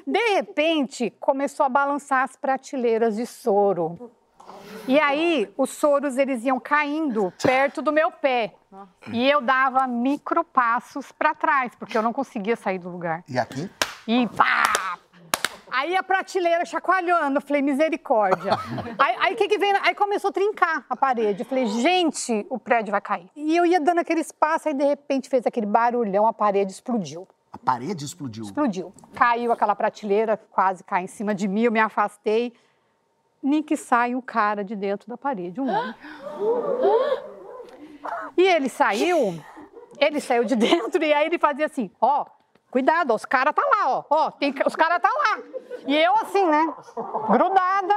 Speaker 7: De repente, começou a balançar as prateleiras de soro. E aí, os soros, eles iam caindo perto do meu pé. E eu dava micropassos para trás, porque eu não conseguia sair do lugar.
Speaker 1: E aqui?
Speaker 7: E pá! Aí a prateleira chacoalhando, eu falei, misericórdia. aí aí, que que veio? aí começou a trincar a parede. Eu falei, gente, o prédio vai cair. E eu ia dando aquele espaço, aí de repente fez aquele barulhão, a parede explodiu.
Speaker 1: A parede explodiu.
Speaker 7: Explodiu. Caiu aquela prateleira, quase cai em cima de mim, eu me afastei. Nick sai um cara de dentro da parede, um homem. E ele saiu, ele saiu de dentro e aí ele fazia assim, ó, cuidado, ó, os caras tá lá, ó, ó, tem ca- os caras tá lá. E eu assim, né, grudada.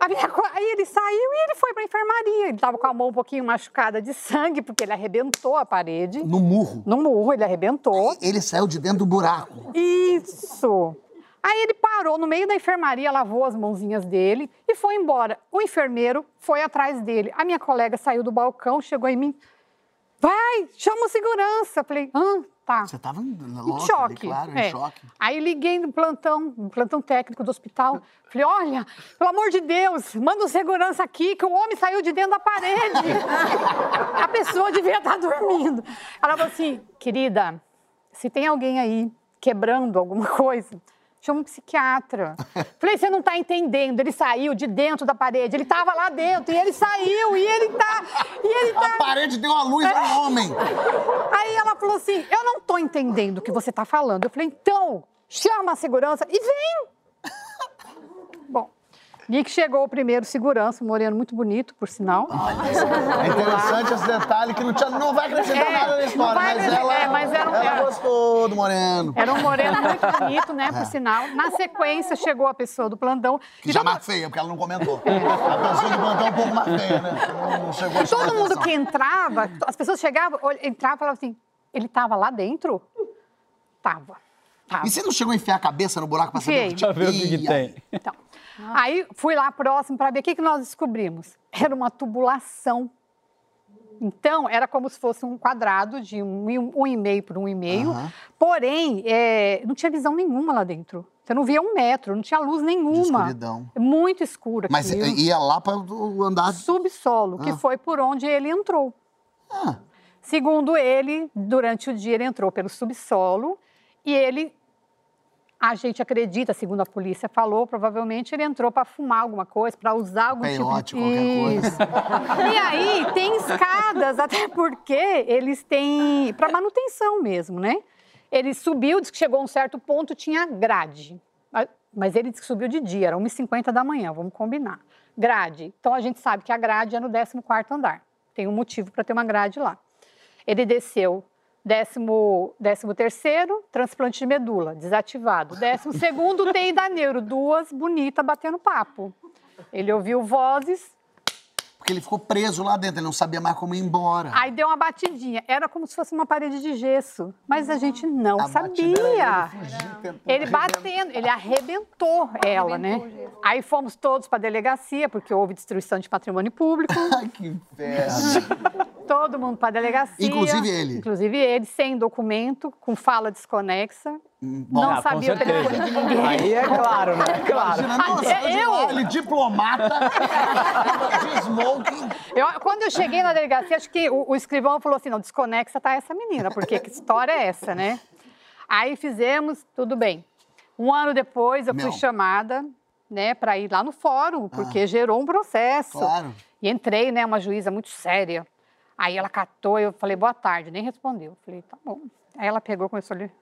Speaker 7: A minha co- aí ele saiu e ele foi pra enfermaria. Ele tava com a mão um pouquinho machucada de sangue, porque ele arrebentou a parede.
Speaker 1: No murro.
Speaker 7: No murro, ele arrebentou.
Speaker 1: Ele saiu de dentro do buraco.
Speaker 7: Isso! Aí ele parou no meio da enfermaria, lavou as mãozinhas dele e foi embora. O enfermeiro foi atrás dele. A minha colega saiu do balcão, chegou em mim. Vai, chama o segurança. Eu Falei, ah, tá.
Speaker 1: Você tava
Speaker 7: Em
Speaker 1: louco, ali,
Speaker 7: choque.
Speaker 1: claro,
Speaker 7: é.
Speaker 1: em choque.
Speaker 7: Aí liguei no plantão, no plantão técnico do hospital. Falei, olha, pelo amor de Deus, manda um segurança aqui, que o homem saiu de dentro da parede. A pessoa devia estar dormindo. Ela falou assim, querida, se tem alguém aí quebrando alguma coisa, chama um psiquiatra. Falei, você não tá entendendo, ele saiu de dentro da parede, ele tava lá dentro, e ele saiu, e ele tá... E ele tá
Speaker 1: A parede deu a luz
Speaker 7: É.
Speaker 1: ao homem.
Speaker 7: Aí ela falou assim: Eu não tô entendendo o que você tá falando. Eu falei: Então, chama a segurança e vem! Bom, Nick chegou o primeiro segurança, um moreno muito bonito, por sinal.
Speaker 1: É interessante esse detalhe que não, tinha, não vai acrescentar
Speaker 7: É,
Speaker 1: nada na
Speaker 7: não
Speaker 1: história,
Speaker 7: vai
Speaker 1: mas
Speaker 7: acrescentar-
Speaker 1: ela,
Speaker 7: é, mas era um-
Speaker 1: ela
Speaker 7: era-
Speaker 1: gostou do Moreno.
Speaker 7: Era um moreno muito bonito, né, por sinal. Na sequência, chegou a pessoa do plantão.
Speaker 1: É.
Speaker 7: Então,
Speaker 1: Que já mais feia, porque ela não comentou. A pessoa do plantão é um pouco mais feia, né? Não chegou a chamar
Speaker 7: Todo mundo
Speaker 1: atenção.
Speaker 7: que entrava, to- as pessoas chegavam, olh- entravam e falavam assim: Ele tava lá dentro? Tava. Tava.
Speaker 1: E você não chegou a enfiar a cabeça no buraco pra saber
Speaker 7: Enfiei.
Speaker 1: tinha?
Speaker 5: Pra ver o que, que
Speaker 1: Ih,
Speaker 5: tem.
Speaker 7: Então,
Speaker 1: Ah.
Speaker 7: aí fui lá próximo para ver o que, que nós descobrimos. Era uma tubulação. Então, era como se fosse um quadrado de um, e- um e meio por um e meio.
Speaker 1: Aham.
Speaker 7: Porém, é, não tinha visão nenhuma lá dentro. Você não via um metro, não tinha luz
Speaker 1: De
Speaker 7: nenhuma.
Speaker 1: escuridão.
Speaker 7: Muito escuro
Speaker 1: Mas
Speaker 7: aquilo.
Speaker 1: ia lá pra andar.
Speaker 7: Subsolo, que
Speaker 1: Ah.
Speaker 7: foi por onde ele entrou.
Speaker 1: Ah,
Speaker 7: Segundo ele, durante o dia ele entrou pelo subsolo e ele, a gente acredita, segundo a polícia falou, provavelmente ele entrou para fumar alguma coisa, para usar algum
Speaker 1: Peiote,
Speaker 7: tipo
Speaker 1: qualquer coisa.
Speaker 7: coisa. E aí tem escadas, até porque eles têm para manutenção mesmo, né? Ele subiu, disse que chegou a um certo ponto, tinha grade. Mas- Mas ele disse que subiu de dia, era 1h50 da manhã, vamos combinar. Grade. Então a gente sabe que a grade é no 14 andar. Tem um motivo para ter uma grade lá. Ele desceu. Décimo, décimo terceiro, transplante de medula, desativado. Décimo segundo, TI da Neuro, duas bonitas batendo papo. Ele ouviu vozes,
Speaker 1: porque ele ficou preso lá dentro, ele não sabia mais como ir embora.
Speaker 7: aí deu uma batidinha. Era como se fosse uma parede de gesso, mas a gente não
Speaker 1: A batida era ele
Speaker 7: sabia.
Speaker 1: fugir, tentando
Speaker 7: Ele
Speaker 1: fugir.
Speaker 7: batendo, ele arrebentou ela, né? Aí fomos todos para a delegacia, porque houve destruição de patrimônio público.
Speaker 1: Ai, que inferno.
Speaker 7: Todo mundo para a delegacia.
Speaker 1: Inclusive ele.
Speaker 7: Inclusive ele, sem documento, com fala desconexa.
Speaker 1: Bom,
Speaker 7: não
Speaker 5: Ah, com
Speaker 7: sabia o
Speaker 5: certeza.
Speaker 7: telefone de ninguém.
Speaker 5: Aí é claro, né? Claro.
Speaker 1: Imagina, nossa,
Speaker 7: Ah,
Speaker 1: eu...
Speaker 7: eu-
Speaker 1: ele diplomata, de smoking.
Speaker 7: Eu- quando eu cheguei na delegacia, acho que o, o escrivão falou assim: não, desconexa tá essa menina, porque que história é essa, né? Aí fizemos, tudo bem. Um ano depois, eu
Speaker 1: Não. Ah.
Speaker 7: fui chamada, né, para ir lá no fórum, porque gerou um processo.
Speaker 1: Claro.
Speaker 7: E entrei, né, uma juíza muito séria. Aí ela catou, eu falei, boa tarde, nem respondeu. Eu falei, tá bom. Aí ela pegou, começou a ler.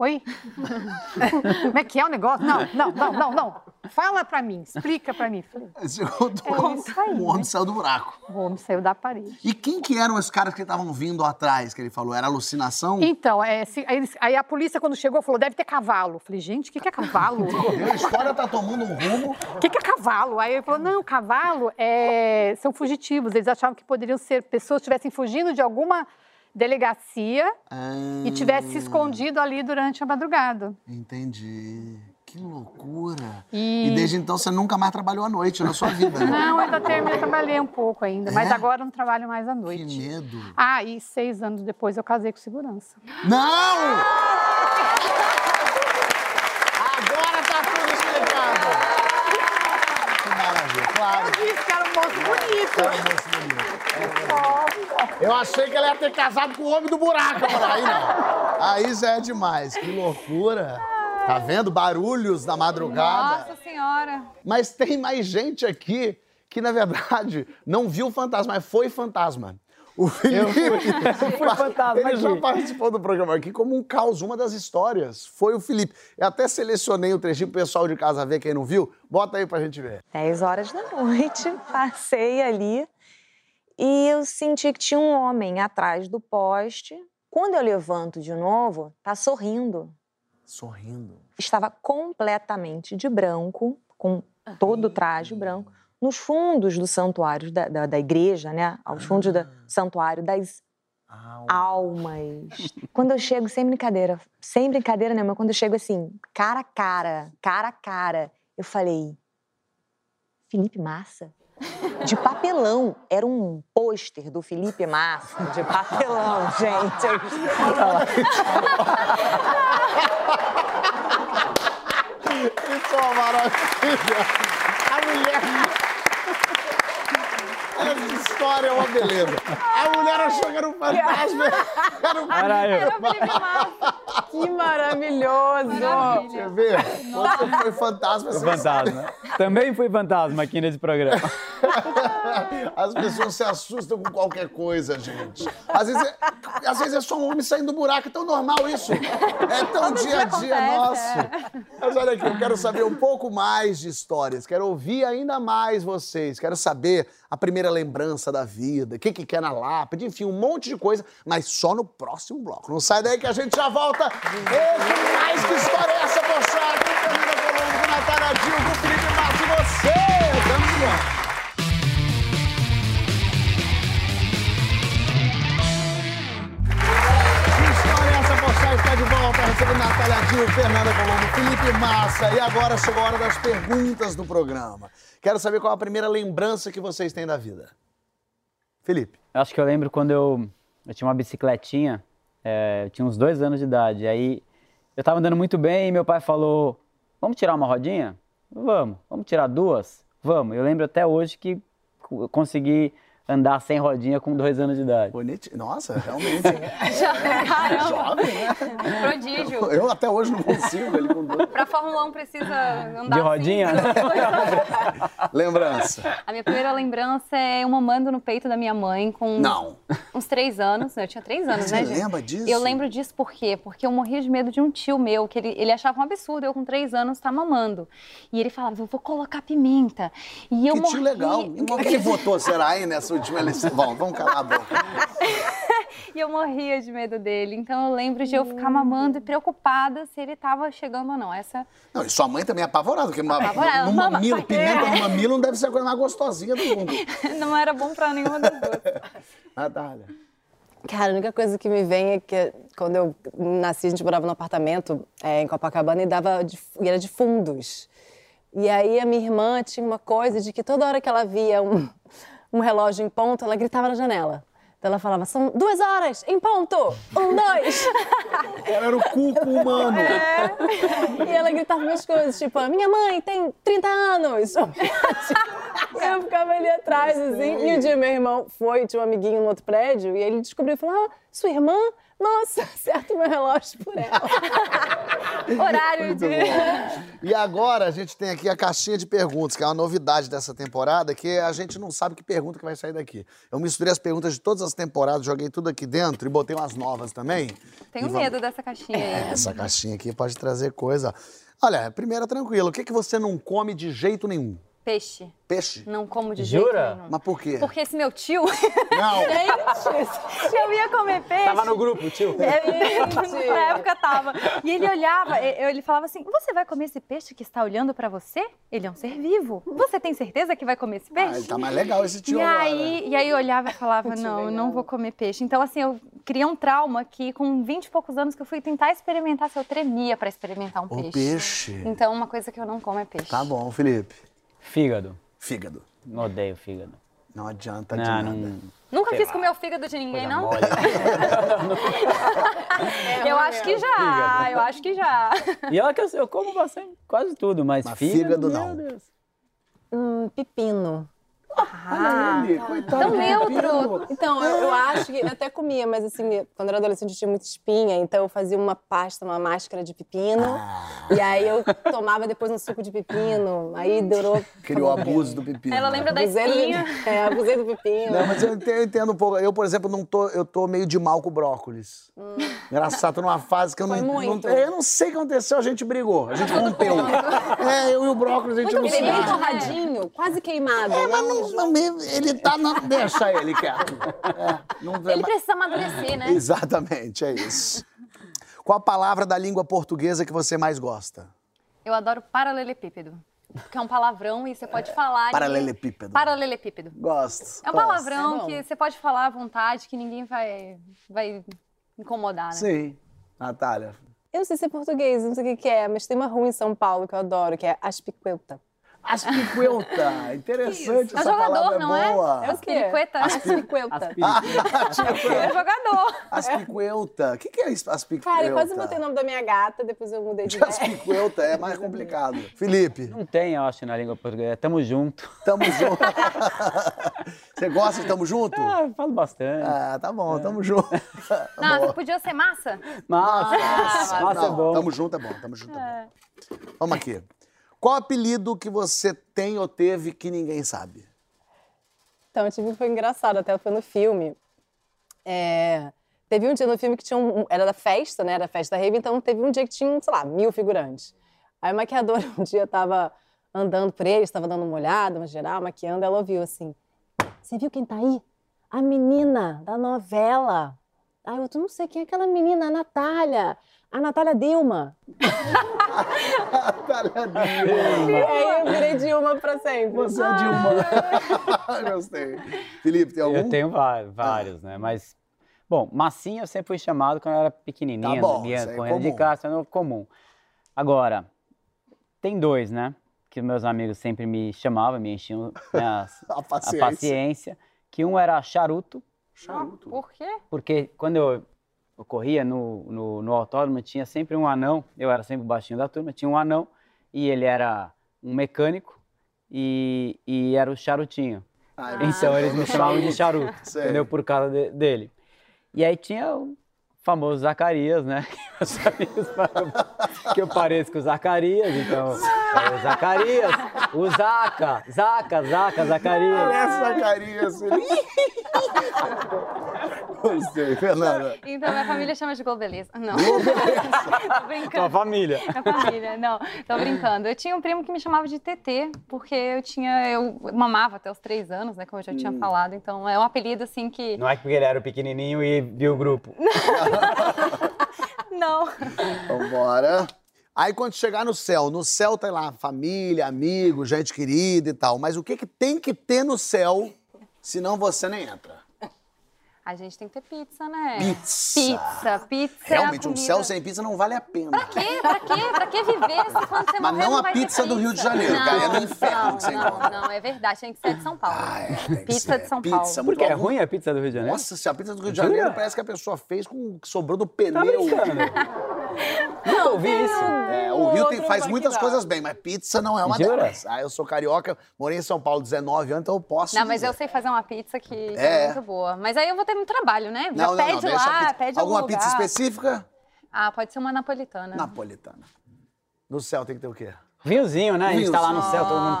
Speaker 7: Oi? Como é que é o negócio? Não, não, não, não, não. Fala pra mim, explica pra mim. Falei,
Speaker 1: Segundo
Speaker 7: É
Speaker 1: o homem,
Speaker 7: isso aí,
Speaker 1: o homem
Speaker 7: né?
Speaker 1: saiu do buraco.
Speaker 7: O homem saiu da parede.
Speaker 1: E quem que eram os caras que estavam vindo atrás, que ele falou? Era alucinação?
Speaker 7: Então, é, se- aí, eles- aí a polícia, quando chegou, falou: deve ter cavalo. Eu Falei, gente, o que, que é cavalo? O
Speaker 1: A história tá tomando um rumo.
Speaker 7: que, que é cavalo? Aí ele falou: não, cavalo é, são fugitivos. Eles achavam que poderiam ser pessoas que estivessem fugindo de alguma delegacia
Speaker 1: Ah,
Speaker 7: e tivessem
Speaker 1: Hum.
Speaker 7: se escondido ali durante a madrugada.
Speaker 1: Entendi. Que loucura.
Speaker 7: E,
Speaker 1: E desde então você nunca mais trabalhou à noite na sua vida, né?
Speaker 7: Não, ainda terminei, trabalhei um pouco ainda, mas
Speaker 1: É?
Speaker 7: agora não trabalho mais à
Speaker 1: Que
Speaker 7: noite.
Speaker 1: medo.
Speaker 7: Ah, e seis anos depois eu casei com segurança.
Speaker 1: Não! Agora tá tudo explicado. Que maravilha, claro.
Speaker 7: Isso, que era um moço bonito.
Speaker 1: Era um moço bonito. Eu achei que ela ia ter casado com o homem do buraco. eu falei, Aí não. Aí já é demais. Que loucura. Tá vendo? Barulhos da madrugada.
Speaker 4: Nossa senhora.
Speaker 1: Mas tem mais gente aqui que, na verdade, não viu o fantasma, mas foi fantasma. O Felipe.
Speaker 5: fui fantasma
Speaker 1: Ele já
Speaker 5: aqui.
Speaker 1: participou do programa aqui como um caos, uma das histórias. Foi o Felipe. Eu até selecionei o trechinho pro pessoal de casa ver, quem não viu. Bota aí pra gente ver.
Speaker 8: 10 horas da noite, passei ali e eu senti que tinha um homem atrás do poste. Quando eu levanto de novo, tá sorrindo.
Speaker 1: Sorrindo.
Speaker 8: Estava completamente de branco, com todo o traje branco, nos fundos do santuário da, da, da igreja, né? Aos fundos do santuário das
Speaker 1: Ah,
Speaker 8: almas. Quando eu chego, sem brincadeira, sem brincadeira nenhuma, quando eu chego assim, cara a cara, cara a cara, eu falei, Felipe Massa? De papelão. Era um pôster do Felipe Massa, de papelão, gente.
Speaker 1: Isso é uma maravilha. A mulher. Essa história é uma beleza. A mulher achou que era um fantasma. Era um
Speaker 5: Era eu.
Speaker 4: Era o Felipe Massa.
Speaker 3: Que maravilhoso!
Speaker 4: Maravilha.
Speaker 1: Quer ver? Você foi fantasma, você
Speaker 5: Fantasma. Também fui fantasma aqui nesse programa.
Speaker 1: As pessoas se assustam com qualquer coisa, gente. Às vezes, é, às vezes é só um homem saindo do buraco, é tão normal isso. É tão dia a dia
Speaker 4: acontece,
Speaker 1: nosso. Mas olha aqui, eu quero saber um pouco mais de histórias, quero ouvir ainda mais vocês, quero saber a primeira lembrança da vida, o que, que quer na lápide, enfim, um monte de coisa, mas só no próximo bloco. Não sai daí que a gente já volta. Esse mais que história é essa, moçada? Com Fernanda Colombo, com Natália Dil, com Felipe Márcio e você. Tamo junto. Que história é essa, moçada? Está de volta recebendo Natália Gil, Fernanda Colombo, Felipe Massa. E agora chegou a hora das perguntas do programa. Quero saber qual a primeira lembrança que vocês têm da vida. Felipe.
Speaker 5: Eu Acho que eu lembro quando eu, eu tinha uma bicicletinha, é, eu tinha uns dois anos de idade. Aí eu tava andando muito bem e meu pai falou: Vamos tirar uma rodinha? Vamos. Vamos tirar duas? Vamos. Eu lembro até hoje que eu consegui andar sem rodinha com dois anos de idade.
Speaker 1: Bonito. Nossa, realmente. né?
Speaker 4: Caramba,
Speaker 1: Jovem, né?
Speaker 4: prodígio.
Speaker 1: Eu até hoje não consigo. Ele com dois.
Speaker 4: Pra Fórmula 1 precisa andar
Speaker 5: De
Speaker 4: assim,
Speaker 5: rodinha?
Speaker 4: né?
Speaker 1: Lembrança.
Speaker 4: A minha primeira lembrança é eu mamando no peito da minha mãe com
Speaker 1: Não.
Speaker 4: uns três anos. Eu tinha três anos,
Speaker 1: Você
Speaker 4: né, gente?
Speaker 1: lembra disso?
Speaker 4: Eu lembro disso por quê? Porque eu morria de medo de um tio meu, que ele, ele achava um absurdo eu com três anos estar mamando. E ele falava, eu vou colocar pimenta. E eu
Speaker 1: Que tio
Speaker 4: morri-
Speaker 1: legal. Em quem que ele votou, será, aí, nessa última eleição? Bom, vamos calar a boca.
Speaker 4: E eu morria de medo dele. Então eu lembro de eu ficar mamando e preocupada se ele estava chegando ou não. Essa
Speaker 1: Não, e sua mãe também é apavorada, porque ma-
Speaker 4: Apavorada,
Speaker 1: no
Speaker 4: mama-
Speaker 1: mamilo,
Speaker 4: é.
Speaker 1: pimenta no mamilo não deve ser a coisa mais gostosinha do mundo.
Speaker 4: não era bom pra nenhuma das duas.
Speaker 1: Natália.
Speaker 3: Cara, a única coisa que me vem é que quando eu nasci, a gente morava num apartamento é, em Copacabana e, dava de- e era de fundos. E aí a minha irmã tinha uma coisa de que toda hora que ela via um, um relógio em ponto, ela gritava na janela. Então ela falava, são duas horas, em ponto! Um, dois!
Speaker 1: Ela era o cuco humano.
Speaker 3: "Ah, e ela gritava umas coisas, tipo, minha mãe tem 30 anos! Eu ficava ali atrás, assim. E o dia meu irmão foi, tinha um amiguinho no outro prédio, e ele descobriu e falou: Ah, sua irmã? Nossa, acerta o meu relógio por ela. Horário
Speaker 1: Muito
Speaker 3: de.
Speaker 1: bom. E agora a gente tem aqui a caixinha de perguntas, que é uma novidade dessa temporada, que a gente não sabe que pergunta que vai sair daqui. Eu misturei as perguntas de todas as temporadas, joguei tudo aqui dentro e botei umas novas também.
Speaker 4: Tenho
Speaker 1: E vamos- É,
Speaker 4: medo dessa caixinha aí.
Speaker 1: Essa caixinha aqui pode trazer coisa. Olha, primeira tranquila, o que, que você não come de jeito nenhum?
Speaker 4: Peixe.
Speaker 1: Peixe?
Speaker 4: Não como de
Speaker 5: Jura?
Speaker 4: jeito nenhum.
Speaker 1: Mas por quê?
Speaker 4: Porque esse meu tio,
Speaker 1: Não,
Speaker 4: gente, eu ia comer peixe.
Speaker 5: Tava no grupo, tio.
Speaker 4: É, na época tava. E ele olhava, e- ele falava assim: Você vai comer esse peixe que está olhando pra você? Ele é um ser vivo. Você tem certeza que vai comer esse
Speaker 1: Ah,
Speaker 4: peixe?
Speaker 1: ele tá mais legal esse tio
Speaker 4: E
Speaker 1: agora. né?
Speaker 4: aí, e aí eu olhava e falava, não, eu não vou comer peixe. Então, assim, eu criei um trauma que com 20 e poucos anos que eu fui tentar experimentar, se eu tremia pra experimentar um
Speaker 1: O
Speaker 4: peixe.
Speaker 1: peixe.
Speaker 4: Então, uma coisa que eu não como é peixe.
Speaker 1: Tá bom, Felipe.
Speaker 5: Fígado.
Speaker 1: Fígado.
Speaker 5: Não odeio fígado.
Speaker 1: Não adianta de
Speaker 5: Não,
Speaker 1: nada.
Speaker 5: não.
Speaker 4: Nunca
Speaker 5: Sei
Speaker 4: quis
Speaker 5: lá.
Speaker 4: comer o fígado de ninguém,
Speaker 5: coisa
Speaker 4: não?
Speaker 5: mole.
Speaker 4: eu acho que já, eu acho que já.
Speaker 5: E olha que eu, eu como bastante, quase tudo, mas,
Speaker 1: Mas fígado
Speaker 5: fígado,
Speaker 1: não.
Speaker 5: Meu Deus.
Speaker 3: Hum, pepino.
Speaker 5: Ah,
Speaker 1: Olha Tá ele, coitado.
Speaker 4: Ah, Tão
Speaker 1: do
Speaker 4: neutro.
Speaker 3: Então, eu, eu acho que eu até comia, mas assim, quando eu era adolescente eu tinha muita espinha, então eu fazia uma pasta, uma máscara de pepino.
Speaker 1: Ah.
Speaker 3: E aí eu tomava depois um suco de pepino. Aí durou.
Speaker 1: Criou abuso do pepino.
Speaker 4: Tá
Speaker 1: né?
Speaker 4: Ela lembra da
Speaker 3: Abusei do-
Speaker 4: espinha.
Speaker 3: É, abusei do pepino.
Speaker 1: Não, mas eu ente- eu entendo, um pouco. Eu, por exemplo, não tô, eu tô meio de mal com brócolis.
Speaker 4: Hum.
Speaker 1: Engraçado, tô numa fase que eu
Speaker 3: Foi
Speaker 1: não,
Speaker 3: muito.
Speaker 1: não- Eu não sei o que aconteceu, a gente brigou, a gente rompeu. É, eu e o brócolis, a gente não
Speaker 3: Muito
Speaker 1: se
Speaker 3: é bem, bem
Speaker 1: dá.
Speaker 3: torradinho, quase queimado. né?
Speaker 1: É, mas não, não me- ele tá. na- deixa ele quieto. É, não,
Speaker 4: Ele
Speaker 1: mas-
Speaker 4: precisa amadurecer, né?
Speaker 1: Exatamente, é isso. Qual a palavra da língua portuguesa que você mais gosta?
Speaker 4: Eu adoro paralelepípedo. Porque é um palavrão e você pode falar. e-
Speaker 1: Paralelepípedo.
Speaker 4: Paralelepípedo.
Speaker 1: Gosto.
Speaker 4: É um
Speaker 1: gosto.
Speaker 4: palavrão
Speaker 3: Tá bom.
Speaker 4: que você pode falar à vontade, que ninguém vai, vai incomodar, né?
Speaker 1: Sim. Natália.
Speaker 3: Eu não sei se é português, não sei o que, que é, mas tem uma rua em São Paulo que eu adoro, que é Aspicueta.
Speaker 1: Aspicuelta. Interessante
Speaker 4: É um
Speaker 1: essa
Speaker 4: jogador,
Speaker 1: palavra,
Speaker 4: não
Speaker 1: é boa.
Speaker 4: é? É o
Speaker 3: quê?
Speaker 4: Piniqueta.
Speaker 3: Aspicueta.
Speaker 4: É um jogador.
Speaker 1: Aspicuelta. O que, que é isso, aspicuelta?
Speaker 3: Cara, eu quase botei o nome da minha gata, depois eu mudei de ideia.
Speaker 1: Aspicuelta é mais complicado. Felipe,
Speaker 5: Não tem, eu acho, na língua portuguesa. Tamo junto.
Speaker 1: tamo junto. Você gosta de tamo junto?
Speaker 5: Ah, eu falo bastante.
Speaker 1: Ah, tá bom, tamo junto. Tá
Speaker 4: Não,
Speaker 1: bom.
Speaker 4: você podia ser massa?
Speaker 5: Massa,
Speaker 1: Ah,
Speaker 5: massa é
Speaker 1: não,
Speaker 5: bom.
Speaker 1: Tamo junto é bom, tamo junto é bom. Vamos aqui. Qual apelido que você tem ou teve que ninguém sabe?
Speaker 3: Então, eu tive, foi engraçado, até foi no filme. É, teve um dia no filme que tinha um, um- Era da festa, né? Era da festa da rave, então teve um dia que tinha, sei lá, mil figurantes. Aí o maquiador um dia tava andando por eles, tava dando uma olhada, uma geral, maquiando, ela ouviu assim: Você viu quem tá aí? A menina da novela. Aí eu outro, não sei quem é aquela menina, a Natália. A Natália Dilma. Aí eu virei Dilma pra sempre.
Speaker 1: Você é Dilma. Gostei. Felipe, tem algum?
Speaker 5: Eu tenho va- vários, né? Mas, bom, massinha eu sempre fui chamado quando eu era pequenininha,
Speaker 1: Ah. Tá bom,
Speaker 5: né,
Speaker 1: isso aí é
Speaker 5: correndo de
Speaker 1: comum.
Speaker 5: casa, era comum. Agora, tem dois, né? Que meus amigos sempre me chamavam, me enchiam né, as-
Speaker 1: A
Speaker 5: a
Speaker 1: paciência.
Speaker 5: paciência. Que um era charuto,
Speaker 1: Charuto.
Speaker 4: Por quê?
Speaker 5: porque quando eu, eu corria no, no, no autódromo, tinha sempre um anão, eu era sempre o baixinho da turma, tinha um anão, e ele era um mecânico, e, e era o charutinho.
Speaker 1: Ah,
Speaker 5: Então eles me chamavam de charuto,
Speaker 1: Sei.
Speaker 5: entendeu? Por causa de- dele. E aí tinha o famoso Zacarias, né? Que meus amigos falam que eu pareço com o Zacarias, então. é O Zacarias, o Zaca, Zaca, Zaca, Zacarias.
Speaker 1: Essa carinha assim. Gostei, Fernanda.
Speaker 4: Então, minha família chama de Globeleza. Não. Tô
Speaker 5: Tua
Speaker 4: brincando.
Speaker 5: família.
Speaker 4: Minha família, não, tô brincando. Eu tinha um primo que me chamava de TT, porque eu tinha, eu mamava até os três anos, né, como eu já tinha
Speaker 1: Hum.
Speaker 4: falado, então é um apelido assim que,
Speaker 5: Não é que porque ele era o pequenininho e viu o grupo.
Speaker 4: não,
Speaker 1: Vambora. Aí quando chegar no céu, no céu tem lá família, amigo, gente querida e tal. Mas o que, que tem que ter no céu, senão você nem entra?
Speaker 4: a gente tem que ter pizza, né?
Speaker 1: Pizza.
Speaker 4: Pizza, pizza é a
Speaker 1: Realmente, um
Speaker 4: comida-
Speaker 1: céu sem pizza não vale a pena.
Speaker 4: Pra quê? Pra quê? Pra que viver se quando você
Speaker 1: Mas
Speaker 4: morrer
Speaker 1: não a
Speaker 4: vai ter
Speaker 1: pizza do Rio de Janeiro,
Speaker 4: Não,
Speaker 1: cara, é no inferno
Speaker 4: não,
Speaker 1: que você
Speaker 4: não,
Speaker 1: encontra.
Speaker 4: Não, é verdade, tem que ser de São Paulo.
Speaker 1: Ah, é, tem que
Speaker 4: pizza
Speaker 1: ser.
Speaker 4: de São
Speaker 1: Pizza,
Speaker 4: Paulo.
Speaker 1: muito
Speaker 5: Porque é
Speaker 1: algum-
Speaker 5: ruim a pizza do Rio de Janeiro?
Speaker 1: Nossa, se a pizza do Rio de
Speaker 5: Jura?
Speaker 1: Janeiro parece que a pessoa fez com o que sobrou do pneu.
Speaker 5: tá brincando. Nunca ouvi isso.
Speaker 1: É, o Rio tem-
Speaker 3: outro
Speaker 1: faz
Speaker 3: vai que
Speaker 1: muitas
Speaker 3: dá.
Speaker 1: coisas bem, mas pizza não é uma
Speaker 5: Jura?
Speaker 1: delas. Ah, eu sou carioca, morei em São Paulo 19 anos, então eu posso.
Speaker 4: Não, mas eu
Speaker 1: dizer.
Speaker 4: sei fazer uma pizza que, que
Speaker 1: É.
Speaker 4: é. muito boa. Mas aí eu vou ter muito trabalho, né? Já
Speaker 1: Não, não, não,
Speaker 4: pede
Speaker 1: deixa a
Speaker 4: lá,
Speaker 1: pizza.
Speaker 4: pede
Speaker 1: Alguma
Speaker 4: algum
Speaker 1: pizza
Speaker 4: lugar.
Speaker 1: específica?
Speaker 4: Ah, pode ser uma napolitana.
Speaker 1: Napolitana. No céu tem que ter o quê?
Speaker 5: Vinhozinho, né? A gente tá lá no
Speaker 1: Vinhozinho.
Speaker 5: céu, todo mundo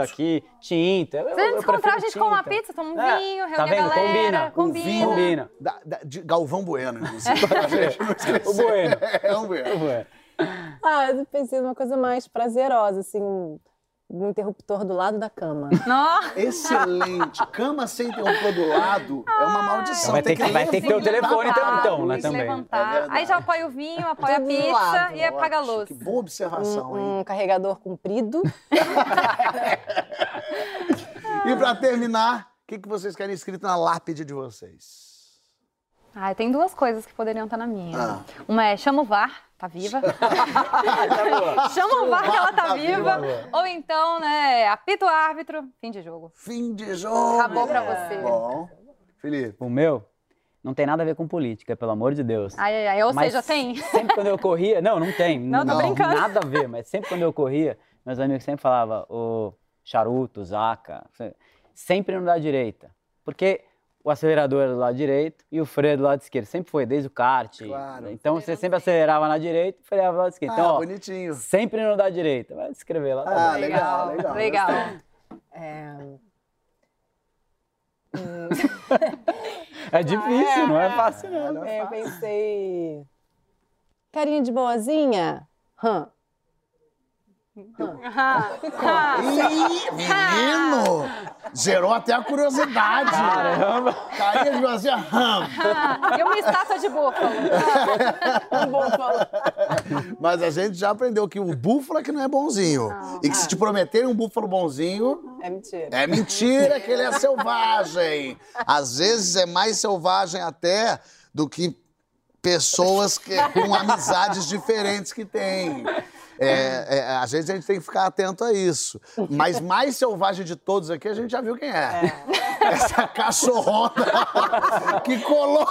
Speaker 1: Tinto.
Speaker 5: aqui. Tinta. Eu,
Speaker 4: Se a
Speaker 5: eu
Speaker 4: gente encontrar, a
Speaker 5: prefiro
Speaker 4: gente come uma
Speaker 5: tinta.
Speaker 4: pizza, toma um
Speaker 5: É,
Speaker 4: vinho, reúne
Speaker 5: Tá
Speaker 4: a
Speaker 5: vendo?
Speaker 4: galera.
Speaker 5: Combina.
Speaker 4: Combina.
Speaker 5: Combina.
Speaker 1: Da- da- de Galvão Bueno, né? inclusive. pra gente não esquecer.
Speaker 5: O Bueno.
Speaker 1: É, o Bueno.
Speaker 5: Ué.
Speaker 3: Ah, eu pensei numa coisa mais prazerosa, assim, um interruptor do lado da cama.
Speaker 4: Nossa,
Speaker 1: Excelente. Cama sem interruptor do lado é uma maldição.
Speaker 5: Vai ter que- vai ter que ter
Speaker 1: um
Speaker 5: o telefone
Speaker 1: levantar.
Speaker 5: então, então, né,
Speaker 4: tem que
Speaker 5: também.
Speaker 1: É
Speaker 4: levantar.
Speaker 1: verdade.
Speaker 4: aí já apoia o vinho, apoia a
Speaker 3: Tudo
Speaker 4: pizza
Speaker 3: lado,
Speaker 4: e apaga a
Speaker 1: Ótimo,
Speaker 4: luz.
Speaker 1: Que boa observação, hein?
Speaker 3: um carregador comprido.
Speaker 4: Hum.
Speaker 1: E pra terminar, o que, que vocês querem escrito na lápide de vocês?
Speaker 4: Ah, tem duas coisas que poderiam estar na minha.
Speaker 1: Ah.
Speaker 4: Uma é chama o VAR, tá viva.
Speaker 1: Tá
Speaker 4: chama o VAR que ela tá viva. Ou então, né, apita o árbitro, fim de jogo.
Speaker 1: Fim de jogo. É.
Speaker 4: Acabou pra você.
Speaker 1: Bom, Felipe.
Speaker 5: O meu não tem nada a ver com política, pelo amor de Deus.
Speaker 4: Ai, ai, ai. Ou
Speaker 5: Mas
Speaker 4: seja, Ah, tem.
Speaker 5: Sempre quando eu corria. Não, não tem.
Speaker 4: Não, tô brincando.
Speaker 5: Nada a ver, mas sempre quando eu corria, meus amigos sempre falavam, o charuto, zaca, sempre no lado direita. Porque o acelerador era do lado direito e o freio é do lado esquerdo. Sempre foi, desde o kart.
Speaker 1: Claro.
Speaker 5: Então você sempre acelerava na direita e freava do lado esquerdo.
Speaker 1: ah,
Speaker 5: então, ó,
Speaker 1: bonitinho.
Speaker 5: sempre no lado direito. Vai escrever lá.
Speaker 1: Ah,
Speaker 5: também.
Speaker 1: legal, legal.
Speaker 4: Legal.
Speaker 5: É difícil, não é fácil, não.
Speaker 3: É, eu pensei. Carinha de boazinha? Hã.
Speaker 1: Ih, menino! Gerou até a curiosidade. Caramba! Carinha de você, ram.
Speaker 4: Ah, E uma estátua de búfalo.
Speaker 3: Um
Speaker 1: Mas a gente já aprendeu que o búfalo é que não é bonzinho. E que se te prometerem um búfalo bonzinho,
Speaker 3: É mentira.
Speaker 1: é mentira que ele é selvagem. Às vezes é mais selvagem até do que pessoas que, com amizades diferentes que têm. É, é, às vezes a gente tem que ficar atento a isso. Mas mais selvagem de todos aqui, a gente já viu quem é. Essa cachorrona que colou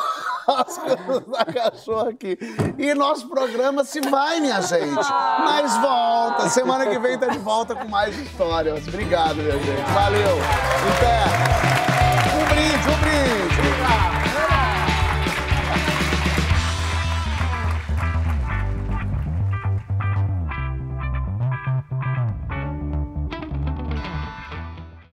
Speaker 1: as coisas da cachorra aqui. E nosso programa se vai, minha gente. Mas volta. Semana que vem tá de volta com mais histórias. Obrigado, minha gente. Valeu. Um